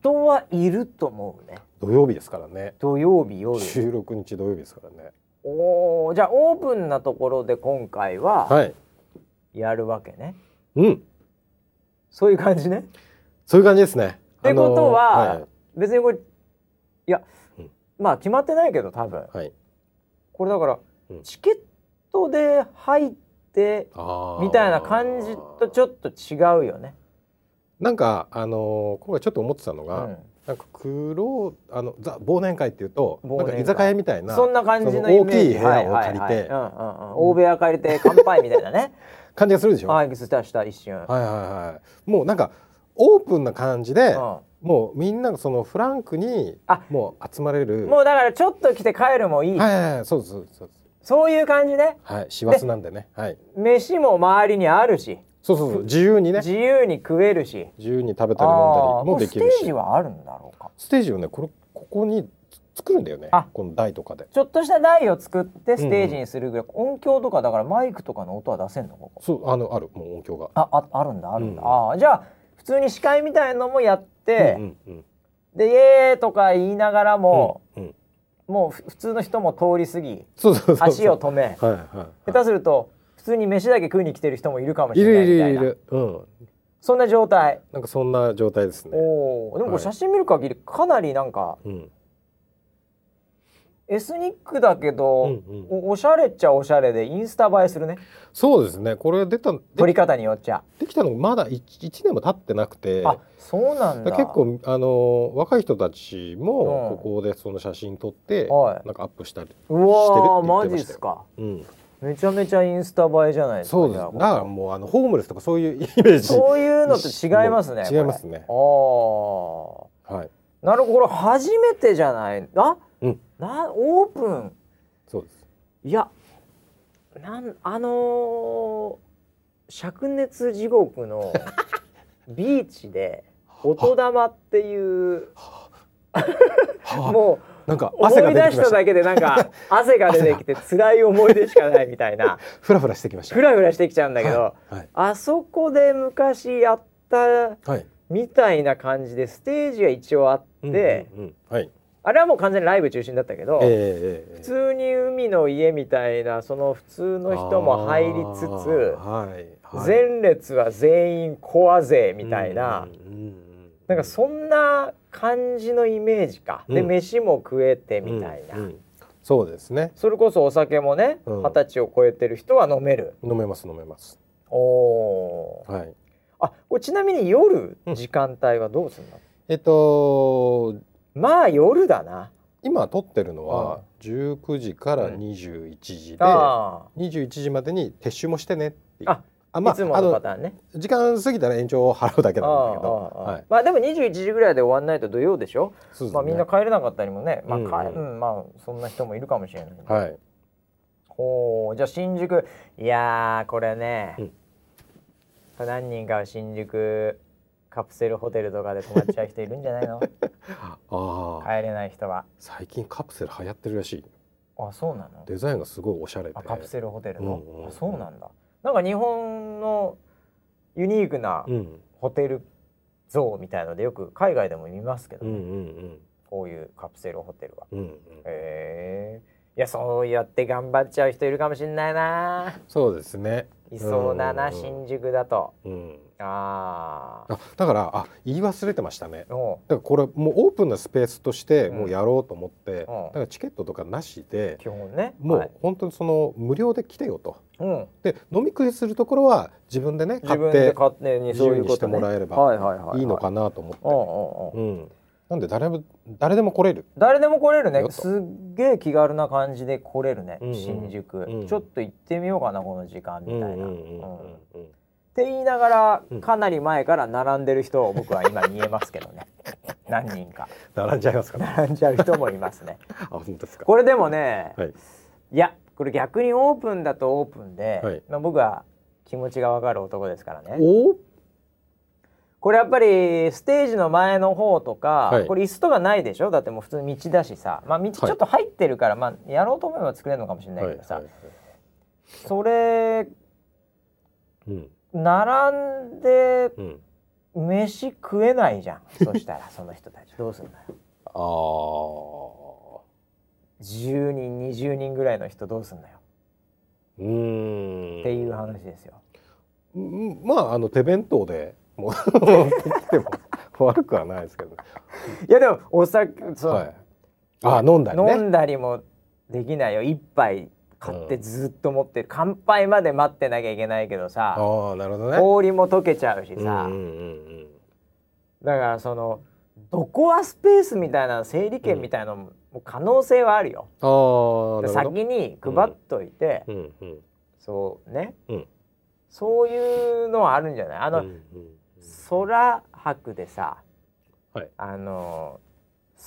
Speaker 1: 人はいると思うね。
Speaker 2: 土曜日ですからね
Speaker 1: 土曜日夜。
Speaker 2: 16日土曜日ですからね
Speaker 1: おお。じゃあオープンなところで今回は
Speaker 2: はい
Speaker 1: やるわけね。
Speaker 2: うん
Speaker 1: そういう感じね。
Speaker 2: そういう感じですね
Speaker 1: ってことは、
Speaker 2: あのー
Speaker 1: 別にこれいや、
Speaker 2: うん
Speaker 1: まあ決まってないけど多分
Speaker 2: はいはい、
Speaker 1: これだから、
Speaker 2: うん
Speaker 1: チケットで入って
Speaker 2: あー
Speaker 1: みたいな感じとちょっと違うよね。
Speaker 2: なんかあのー今回ちょっと思ってたの
Speaker 1: う
Speaker 2: が、
Speaker 1: ん、
Speaker 2: なんか黒あのザ忘年会っていうと
Speaker 1: 忘
Speaker 2: な
Speaker 1: 年
Speaker 2: ん
Speaker 1: 会
Speaker 2: か居酒屋みたいな
Speaker 1: そんな感じ
Speaker 2: そ
Speaker 1: の
Speaker 2: の
Speaker 1: イ
Speaker 2: 大
Speaker 1: メー
Speaker 2: き
Speaker 1: ジ
Speaker 2: い部屋を借り
Speaker 1: はいはい
Speaker 2: て
Speaker 1: はいうんうんうん大部屋借りて乾杯みたいなね。
Speaker 2: 感じがする でしょ、
Speaker 1: ああ、したした一瞬。
Speaker 2: はいはいはいもうなんかオープンな感じで、
Speaker 1: う
Speaker 2: もうみんながそのフランクに
Speaker 1: あ
Speaker 2: もう集まれる
Speaker 1: ん、もうだからちょっと来て帰るもいい、
Speaker 2: はいはいはいそうですそうですそうです
Speaker 1: そういう感じね
Speaker 2: はい師走なんでねはい
Speaker 1: 飯も周りにあるし
Speaker 2: そうそうそう自由にね
Speaker 1: 自由に食えるし
Speaker 2: 自由に食べたり飲んだり
Speaker 1: ああ
Speaker 2: も
Speaker 1: これ
Speaker 2: でき
Speaker 1: ス
Speaker 2: る
Speaker 1: テージ
Speaker 2: し
Speaker 1: はあるんだろうか
Speaker 2: ステージをねこれここに作るんだよね
Speaker 1: あ
Speaker 2: この台とかで
Speaker 1: ちょっとした台を作ってステージにするぐらい、音響とかだからマイクとかの音は出せんのここ
Speaker 2: そうあのあるもう音響が、
Speaker 1: あああるんだあるんだ、
Speaker 2: うん
Speaker 1: ああじゃあ普通に司会みたいのもやって、
Speaker 2: うんうん
Speaker 1: で「イエーイ!」とか言いながら
Speaker 2: うん
Speaker 1: も、
Speaker 2: うんうん
Speaker 1: もうふ普通の人も通り過ぎ
Speaker 2: そうそうそうそう
Speaker 1: 足を止め
Speaker 2: はいはい、
Speaker 1: 下
Speaker 2: は
Speaker 1: 手すると普通に飯だけ食いに来てる人もいるかも
Speaker 2: い、
Speaker 1: し
Speaker 2: い
Speaker 1: れな
Speaker 2: る
Speaker 1: い
Speaker 2: い
Speaker 1: みたいな
Speaker 2: るいるうん
Speaker 1: そんな状態
Speaker 2: なんかそんな状態ですね
Speaker 1: おおでもこ
Speaker 2: は
Speaker 1: れ
Speaker 2: い
Speaker 1: 写真見る限りかなりなんか
Speaker 2: うん
Speaker 1: エスニックだけど、
Speaker 2: うんうん
Speaker 1: おおしゃれっちゃおしゃれでインスタ映えするね
Speaker 2: そうですねこれ出た
Speaker 1: 撮
Speaker 2: で
Speaker 1: り方によっちゃ、
Speaker 2: できたのまだ 1, 年も経ってなくて
Speaker 1: あそうなんだ
Speaker 2: 結構あの若い人たち
Speaker 1: うん
Speaker 2: もここでその写真撮って、
Speaker 1: はい
Speaker 2: なんかアップしたり、
Speaker 1: うわー
Speaker 2: してるって言っ
Speaker 1: マ
Speaker 2: て
Speaker 1: ジ
Speaker 2: ま
Speaker 1: っ
Speaker 2: したよ
Speaker 1: すか
Speaker 2: うん、
Speaker 1: めちゃめちゃインスタ映えじゃないですか
Speaker 2: そうです
Speaker 1: じゃ
Speaker 2: だ
Speaker 1: あ
Speaker 2: からもうあのホームレスとかそういうイメージ
Speaker 1: そういうのと違いますね
Speaker 2: 違いますね
Speaker 1: これ
Speaker 2: はい
Speaker 1: ああなるほどこれ初めてじゃないあ、
Speaker 2: うん
Speaker 1: なオープン
Speaker 2: そうです
Speaker 1: いやなんあのー灼熱地獄のビーチで音玉っていう
Speaker 2: は
Speaker 1: もう
Speaker 2: あなんか
Speaker 1: 思
Speaker 2: 汗が
Speaker 1: い
Speaker 2: 出て
Speaker 1: 出
Speaker 2: き
Speaker 1: し
Speaker 2: ま
Speaker 1: た
Speaker 2: した
Speaker 1: だけでなん か汗が出てきて辛い思い出しかないみたいな
Speaker 2: ふらふらしてきました
Speaker 1: フラフラしてきちゃうんだけど、
Speaker 2: はいはい、
Speaker 1: あそこで昔やった
Speaker 2: はい
Speaker 1: みたいな感じでステージが一応あって、
Speaker 2: うんうんうんはい
Speaker 1: あれはもう完全にライブ中心だったけど、
Speaker 2: ええええええ
Speaker 1: 普通に海の家みたいなその普通の人も入りつつ
Speaker 2: あ、ーはいはい、
Speaker 1: 前列は全員コア勢みたいな、
Speaker 2: うんうんうん
Speaker 1: なんかそんな感じのイメージか、で
Speaker 2: うん
Speaker 1: 飯も食えてみたいな、
Speaker 2: うんうんそうですね
Speaker 1: それこそお酒もね
Speaker 2: うん
Speaker 1: 二十歳を超えてる人は飲める。
Speaker 2: 飲めます飲めます
Speaker 1: おー
Speaker 2: はい
Speaker 1: あこれちなみに夜
Speaker 2: うん
Speaker 1: 時間帯はどうするの、
Speaker 2: えっと
Speaker 1: まあ夜だな。
Speaker 2: 今撮ってるの
Speaker 1: うん
Speaker 2: は19時から
Speaker 1: うん
Speaker 2: 21時で、
Speaker 1: あ
Speaker 2: 21時までに撤収もしてねっていう
Speaker 1: ああ、
Speaker 2: ま
Speaker 1: いつも
Speaker 2: あ
Speaker 1: のパ
Speaker 2: の
Speaker 1: ターンね。
Speaker 2: 時間過ぎたら延長を払うだけなんだけど
Speaker 1: ああああ
Speaker 2: はい
Speaker 1: まあでも21時ぐらいで終わんないと土曜でしょ、
Speaker 2: そうですね
Speaker 1: まあ、みんな帰れなかったりもね、まあ
Speaker 2: うんうん
Speaker 1: 帰うんまあ、そんな人もいるかもしれない、
Speaker 2: はい
Speaker 1: ほうじゃあ新宿いやーこれね、
Speaker 2: うん
Speaker 1: これ何人かは新宿カプセルホテルとかで泊まっちゃう人いるんじゃない の
Speaker 2: ああ、
Speaker 1: 帰れない人は
Speaker 2: 最近カプセル流行ってるらしい
Speaker 1: あそうなの
Speaker 2: デザインがすごいおしゃれで
Speaker 1: あカプセルホテルの、
Speaker 2: うんうんうん
Speaker 1: あそうなんだなんか日本のユニークな
Speaker 2: うん
Speaker 1: ホテル像みたいのでよく海外でも見ますけど
Speaker 2: う
Speaker 1: ね、
Speaker 2: んうん
Speaker 1: こういうカプセルホテルは。
Speaker 2: うんうんうん
Speaker 1: へえいやそうやって頑張っちゃう人いるかもしんないな
Speaker 2: そうですね
Speaker 1: いそうだな、
Speaker 2: うんうんうん
Speaker 1: 新宿だと
Speaker 2: うん
Speaker 1: ああ
Speaker 2: あだからあ言い忘れてましたね
Speaker 1: も
Speaker 2: だからこれもうオープンなスペースとして
Speaker 1: うん
Speaker 2: もうやろうと思って、
Speaker 1: うん
Speaker 2: だからチケットとかなしで
Speaker 1: う、基本ね
Speaker 2: も
Speaker 1: は
Speaker 2: う
Speaker 1: い
Speaker 2: 本当にその無料で来てよと
Speaker 1: うん、
Speaker 2: で飲み食いするところは自分でね
Speaker 1: 自
Speaker 2: 買っ
Speaker 1: 分
Speaker 2: て
Speaker 1: で勝手にそういうこと、ね、
Speaker 2: 自由にしてもらえれば
Speaker 1: はいはいはいはい
Speaker 2: いのかなと思って、
Speaker 1: うんうんうん
Speaker 2: うんなんで誰も誰でも来れる
Speaker 1: 誰でも来れるね
Speaker 2: よっと
Speaker 1: すっげえ気軽な感じで来れるね、
Speaker 2: うんうん
Speaker 1: 新宿、
Speaker 2: うん
Speaker 1: ちょっと行ってみようかなこの時間みたいな、
Speaker 2: うんうん
Speaker 1: うん
Speaker 2: うんうんうん
Speaker 1: って言いながら
Speaker 2: うん
Speaker 1: かなり前から並んでる人を 僕は今見えますけどね何人か
Speaker 2: 並んじゃいますかね。
Speaker 1: 並んじゃう人もいますね
Speaker 2: あ本当ですか。
Speaker 1: これでもね、
Speaker 2: はい。
Speaker 1: いやこれ逆にオープンだとオープンで、
Speaker 2: はい
Speaker 1: まあ、僕は気持ちがわかる男ですからね
Speaker 2: お
Speaker 1: これやっぱりステージの前の方とか、
Speaker 2: はい
Speaker 1: これ椅子とかないでしょだってもう普通に道だしさまあ道ちょっと入ってるから、まあやろうと思えば作れるのかもしれないけどさ、それ
Speaker 2: うん
Speaker 1: 並んで
Speaker 2: うん。
Speaker 1: 飯食えないじゃんそしたら その人たちどうするのよ
Speaker 2: ああー。
Speaker 1: 10人20人ぐらいの人どうすんのよ
Speaker 2: うーん。
Speaker 1: っていう話ですよ。
Speaker 2: うん。まああの手弁当でも う持ってきても悪くはないですけど。
Speaker 1: いやでもお酒その、
Speaker 2: はい。あ飲んだりね。
Speaker 1: 飲んだりもできないよ一杯買ってずっと持ってる、乾杯まで待ってなきゃいけないけどさ
Speaker 2: ああなるほどね。
Speaker 1: 氷も溶けちゃうしさ、
Speaker 2: うんうんうん
Speaker 1: だからそのどこはスペースみたいな整理券みたいなのも,、可能性はあるよ。
Speaker 2: うん。ああなるほど。
Speaker 1: 先に配っといて、
Speaker 2: うんうん
Speaker 1: そうね
Speaker 2: うん。
Speaker 1: そういうのはあるんじゃないあ
Speaker 2: あ
Speaker 1: の、空博でさ、
Speaker 2: はい
Speaker 1: あの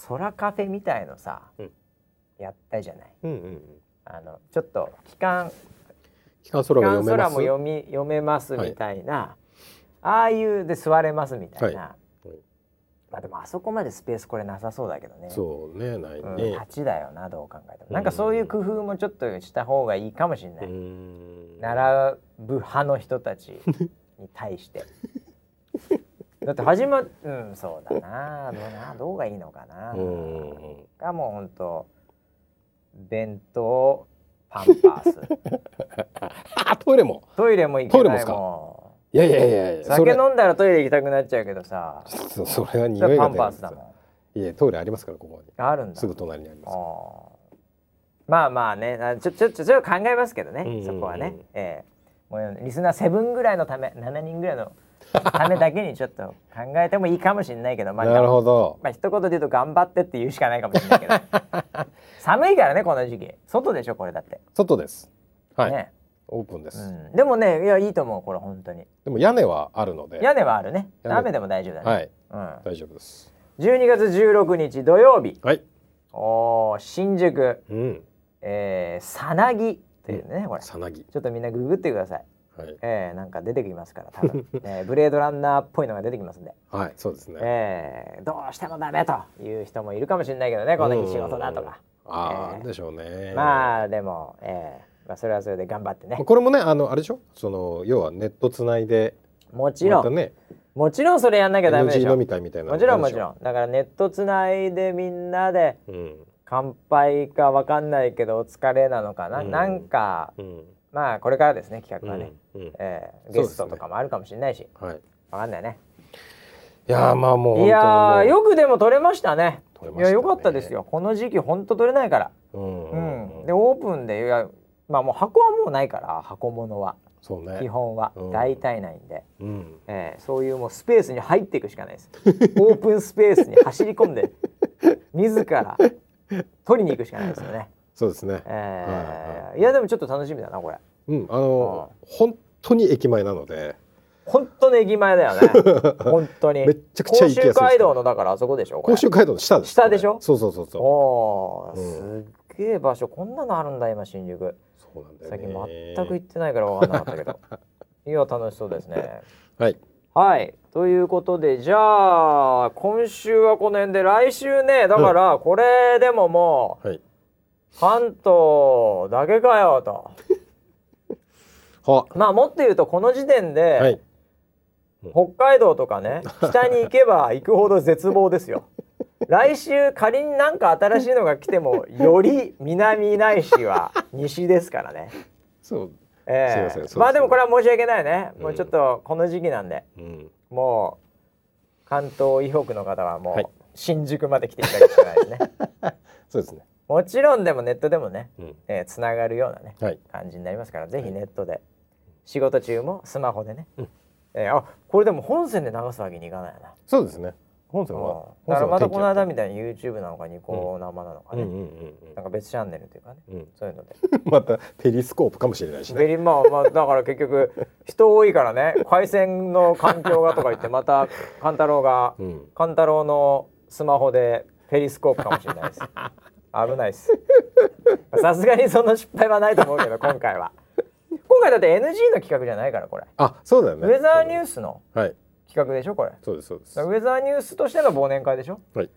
Speaker 1: 空カフェみたいのさ、
Speaker 2: うん
Speaker 1: やったじゃない
Speaker 2: うんうんうん。
Speaker 1: あのちょっと期間
Speaker 2: 機関空
Speaker 1: 期間
Speaker 2: が読めま
Speaker 1: 空
Speaker 2: す。
Speaker 1: も読み読めますみたいな、ああいうで座れますみたいな、
Speaker 2: いはい
Speaker 1: まあでもあそこまでスペースこれなさそうだけどね
Speaker 2: そうねない
Speaker 1: うん、
Speaker 2: ね。
Speaker 1: 8だよなどう考えても、なんかそういう工夫もちょっとした方がいいかもしれない、
Speaker 2: ん
Speaker 1: 並ぶ派の人たちに対してだって始まっうんそうだなどうなどうがいいのかな
Speaker 2: うんうんうん。
Speaker 1: がもうほんと弁当パンパ ース
Speaker 2: あトイレも
Speaker 1: トイレも行け
Speaker 2: トイレ
Speaker 1: な
Speaker 2: もっ
Speaker 1: い
Speaker 2: すか
Speaker 1: も
Speaker 2: いやいやいやい
Speaker 1: ん
Speaker 2: やそ
Speaker 1: 酒
Speaker 2: れ
Speaker 1: 飲んだらトイレ行きたくなっちゃうけどさ
Speaker 2: そそれは
Speaker 1: そ
Speaker 2: 匂
Speaker 1: れ
Speaker 2: い
Speaker 1: パ
Speaker 2: が
Speaker 1: ン
Speaker 2: 出
Speaker 1: パ
Speaker 2: る
Speaker 1: ースだもん
Speaker 2: いやトイレありますからここに
Speaker 1: あるんだ
Speaker 2: すぐ隣にあります
Speaker 1: あーまあまあねあちょちょちょちょっと考えますけどね、
Speaker 2: うんうんうん
Speaker 1: そこはね、ええもうリスナーセブンぐらいのため7人ぐらいの ためだけにちょっと考えてもいいかもしれないけどまあ
Speaker 2: なるほど
Speaker 1: まあ一言で言うと頑張ってって言うしかないかもしれないけど 寒いからねこの時期外でしょこれだって、
Speaker 2: 外ですはい、
Speaker 1: ね
Speaker 2: オープンです、
Speaker 1: うん、でもねいやいいと思うこれ本当に
Speaker 2: でも屋根はあるので
Speaker 1: 屋根はあるね
Speaker 2: 屋根
Speaker 1: 雨でも大丈夫だね、
Speaker 2: はい
Speaker 1: うん、
Speaker 2: 大丈夫です
Speaker 1: 12月16日土曜日
Speaker 2: はい
Speaker 1: おー新宿
Speaker 2: うん
Speaker 1: えーさなぎというね、これ
Speaker 2: さなぎ
Speaker 1: ちょっとみんなググってください。
Speaker 2: はい、
Speaker 1: えー、なんか出てきますから多 分、えーブレードランナーっぽいのが出てきますんで、
Speaker 2: はい、そうですね、
Speaker 1: えー、どうしてもダメという人もいるかもしれないけどねこの日仕事だとか、
Speaker 2: ああ、
Speaker 1: えー
Speaker 2: でしょうね
Speaker 1: まあでも、えーまあ、それはそれで頑張って ね
Speaker 2: これもねあのあれでしょその要はネットつないで
Speaker 1: もちろ
Speaker 2: ま
Speaker 1: ん、
Speaker 2: たね
Speaker 1: もちろんそれやんなきゃダメでし
Speaker 2: NG
Speaker 1: ょ
Speaker 2: 飲
Speaker 1: も
Speaker 2: み会みたいなの
Speaker 1: ちろんもち
Speaker 2: や
Speaker 1: ろんだからネットつないでみんなで
Speaker 2: るでしょ
Speaker 1: 乾杯かわかんないけどお疲れなのかな、
Speaker 2: うん
Speaker 1: なんか
Speaker 2: うんうん
Speaker 1: まあこれからですね企
Speaker 2: う
Speaker 1: 画はね、
Speaker 2: ん、うん、
Speaker 1: えー
Speaker 2: そ
Speaker 1: ゲ
Speaker 2: うですね
Speaker 1: ストとかもあるかもしれないし
Speaker 2: はい
Speaker 1: わかんないね
Speaker 2: いやーまあもう本当にもう
Speaker 1: いやーよくでも取れましたね
Speaker 2: 取れ
Speaker 1: い
Speaker 2: まし
Speaker 1: や
Speaker 2: たね
Speaker 1: よかったですよこの時期ほんと取れないから、
Speaker 2: うん
Speaker 1: う
Speaker 2: うんん、うん
Speaker 1: でオープンでいやまあもう箱はもうないから箱物は
Speaker 2: そうね
Speaker 1: 基本は
Speaker 2: うん
Speaker 1: 大体ないんで、
Speaker 2: うん
Speaker 1: えーそういうもうスペースに入っていくしかないです オープンスペースに走り込んで自ら取りに行くしかないですよね、
Speaker 2: そうですね
Speaker 1: え
Speaker 2: はい
Speaker 1: ーいやでもちょっと楽しみだなこれ
Speaker 2: うん、あの本当に駅前なので、
Speaker 1: 本当の駅前だ よね本当に
Speaker 2: めっちゃくちゃ行きやすいです
Speaker 1: 甲州街道のだからあそこでしょこれ
Speaker 2: 甲州街道の下です。
Speaker 1: 下でしょ
Speaker 2: これそうそうそうそう。
Speaker 1: おー
Speaker 2: う
Speaker 1: すっげえ場所こんなのあるんだ今新宿
Speaker 2: そうなんだ
Speaker 1: 最近
Speaker 2: よね。
Speaker 1: 全く行ってないから分かんなかった けどいや楽しそうですね
Speaker 2: はい。
Speaker 1: はいということでじゃあ今週はこの辺で来週ねだからこれでももう
Speaker 2: はい。
Speaker 1: 関東だけかよと
Speaker 2: は。
Speaker 1: まあもっと言うとこの時点で、
Speaker 2: はい。
Speaker 1: 北海道とか ね北に行けば行くほど絶望ですよ来週仮になんか新しいのが来てもより南ないしは西ですからね
Speaker 2: そう。すい
Speaker 1: え
Speaker 2: ませんそうで
Speaker 1: え
Speaker 2: す
Speaker 1: まあでもこれは申し訳ないね、もううんちょっとこの時期なんで
Speaker 2: うん。
Speaker 1: もう関東以北の方はも
Speaker 2: はいう
Speaker 1: 新宿まで来ていただくしかないですね、
Speaker 2: そうですね。
Speaker 1: もちろんでもネットでもね
Speaker 2: うん。
Speaker 1: つな、ええ繋がるようなね
Speaker 2: はい。
Speaker 1: 感じになりますからぜひネットで、仕事中もスマホでね、
Speaker 2: うん
Speaker 1: ええあこれでも本線で流すわけにいかないよな
Speaker 2: そうですね。
Speaker 1: あ
Speaker 2: 本
Speaker 1: う
Speaker 2: 線
Speaker 1: ん
Speaker 2: は
Speaker 1: だからまたこの間
Speaker 2: 見
Speaker 1: みたいに YouTube なのかニコ生なのか
Speaker 2: うん
Speaker 1: ね、
Speaker 2: うんうん
Speaker 1: なんか別チャンネルというかね
Speaker 2: うんうん
Speaker 1: そういうので
Speaker 2: またペリスコープかもしれないしね
Speaker 1: ベリンまあまあだから結 局人多いからね回線の環境がとか言ってまた勘太郎が
Speaker 2: うん
Speaker 1: 勘太郎のスマホでペリスコープかもしれないです危ないですさすがにその失敗はないと思うけど今回は今回だって NG の企画じゃないからこれ、
Speaker 2: あそうだよね
Speaker 1: ウェザーニュースの
Speaker 2: スはい
Speaker 1: 企画でしょこれだか
Speaker 2: そうですそうです
Speaker 1: らウェザーニュースとしての忘年会でしょ
Speaker 2: はい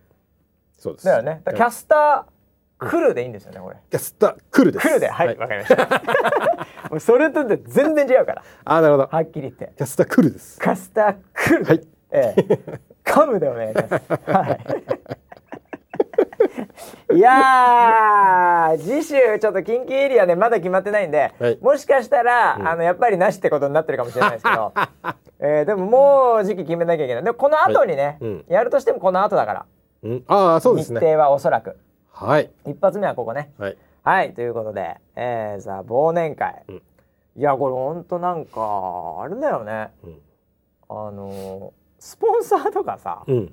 Speaker 2: そうです
Speaker 1: だよねだからキャスター来るでいいんですよねこれ
Speaker 2: キャスタークルです
Speaker 1: 来るではいわ、かりました もうそれとで全然違うから
Speaker 2: あなるほど
Speaker 1: はっきり言って
Speaker 2: キャスタークルです
Speaker 1: カスター来る、
Speaker 2: はい
Speaker 1: ええ、噛むでお願いします。はい。いやー次週ちょっと近畿エリアでまだ決まってないんで、
Speaker 2: はい
Speaker 1: もしかしたら、あのやっぱりなしってことになってるかもしれないですけど、えーでももう時期決めなきゃいけないでこの後にね、
Speaker 2: うん
Speaker 1: やるとしてもこの後だから、
Speaker 2: うんああそうで
Speaker 1: 日
Speaker 2: すね
Speaker 1: 程はおそらく
Speaker 2: はい
Speaker 1: 一発目はここね
Speaker 2: はい
Speaker 1: はいということで、えー、さあ忘年会、
Speaker 2: うん
Speaker 1: いやこれほんとなんかあれだよね
Speaker 2: うん
Speaker 1: あのスポンサーとかさ、
Speaker 2: うん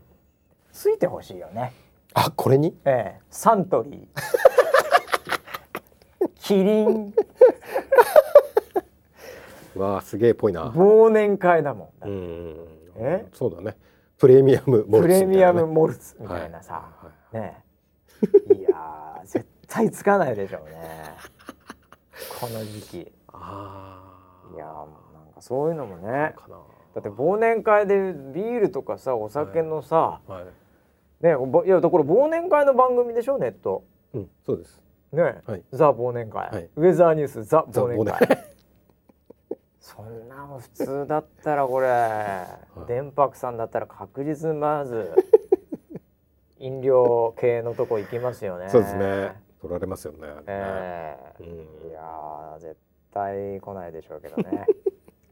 Speaker 1: ついてほしいよね。
Speaker 2: あこれに
Speaker 1: ええ、サントリー。 キリン
Speaker 2: わあすげえぽいな
Speaker 1: 忘年会だもん。
Speaker 2: うんうんうん
Speaker 1: え
Speaker 2: そうだねプレミアムモ
Speaker 1: プ
Speaker 2: ルツ
Speaker 1: レミ
Speaker 2: みたいな
Speaker 1: ア
Speaker 2: ね
Speaker 1: ムモルツみたいなさ、
Speaker 2: はいはい
Speaker 1: ねえ。いやー、絶対つかないでしょうね。この時期。い
Speaker 2: ああ
Speaker 1: やー、なんかそういうのもね。
Speaker 2: かな
Speaker 1: だって忘年会でビールとかさ、お酒のさ、
Speaker 2: はい
Speaker 1: ねえ、ぼいやだから忘年会の番組でしょネット。
Speaker 2: うんそうです
Speaker 1: ねえ、
Speaker 2: はい
Speaker 1: ザ忘年会、
Speaker 2: はい
Speaker 1: ウェザーニュースザ
Speaker 2: ザ
Speaker 1: 忘年会そんなの普通だったらこ れ、
Speaker 2: い
Speaker 1: 電白さんだったら確実にま ず飲料系のとこ行きますよね
Speaker 2: そうですね取られますよねあれね
Speaker 1: ええ
Speaker 2: うん
Speaker 1: いやー絶対来ないでしょうけど ね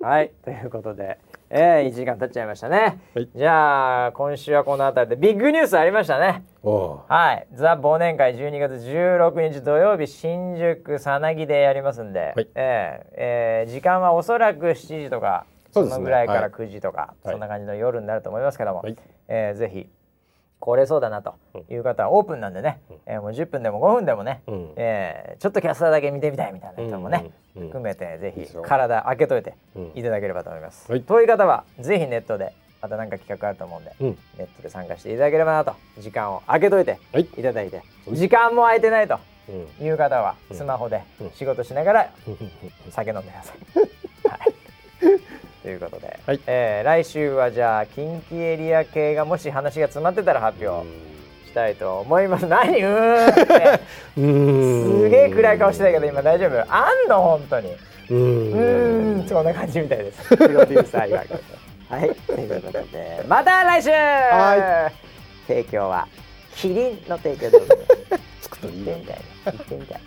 Speaker 1: はいということで、えー、1時間経っちゃいましたね、
Speaker 2: はい
Speaker 1: じゃあ今週はこの辺りでビッグニュースありましたね
Speaker 2: おう
Speaker 1: はい、ザ忘年会12月16日土曜日新宿さなぎでやりますんで、
Speaker 2: はい
Speaker 1: えええー時間はおそらく7時とか
Speaker 2: そ
Speaker 1: そう
Speaker 2: ですね
Speaker 1: のぐらいか
Speaker 2: は
Speaker 1: ら
Speaker 2: い
Speaker 1: 9時とか、
Speaker 2: はい
Speaker 1: そんな感じの夜になると思いますけども、
Speaker 2: はい
Speaker 1: えーぜひ来れそうだなという方はオープンなんでね、えーもう10分でも5分でもね、
Speaker 2: うん
Speaker 1: えーちょっとキャスターだけ見てみたいみたいな人もね、
Speaker 2: うんうんうん
Speaker 1: 含めてぜ
Speaker 2: いいです
Speaker 1: ひ
Speaker 2: よ
Speaker 1: 体開けといて
Speaker 2: うん
Speaker 1: いただければと思います。
Speaker 2: はい
Speaker 1: という方はぜひネットでまた何か企画あると思うんで、
Speaker 2: うん
Speaker 1: ネットで参加していただければなと時間を空けといて
Speaker 2: はい
Speaker 1: いただいて時間も空いてないと
Speaker 2: うん
Speaker 1: いう方はスマホで仕事しながら酒飲んでくださ い。はい、ということで、
Speaker 2: はい
Speaker 1: えー来週はじゃあ近畿エリア系がもし話が詰まってたら発表したいと思います。何うーん って
Speaker 2: うーん
Speaker 1: すげえ暗い顔してたけど今大丈夫あんの本当に。
Speaker 2: うー
Speaker 1: うーん、そんな感じみたいです。プロデューサー岩倉さんはい、ということで、また来週。提供はキリンの提供でございます。
Speaker 2: つくといい
Speaker 1: 行ってみたいな。行ってみたい。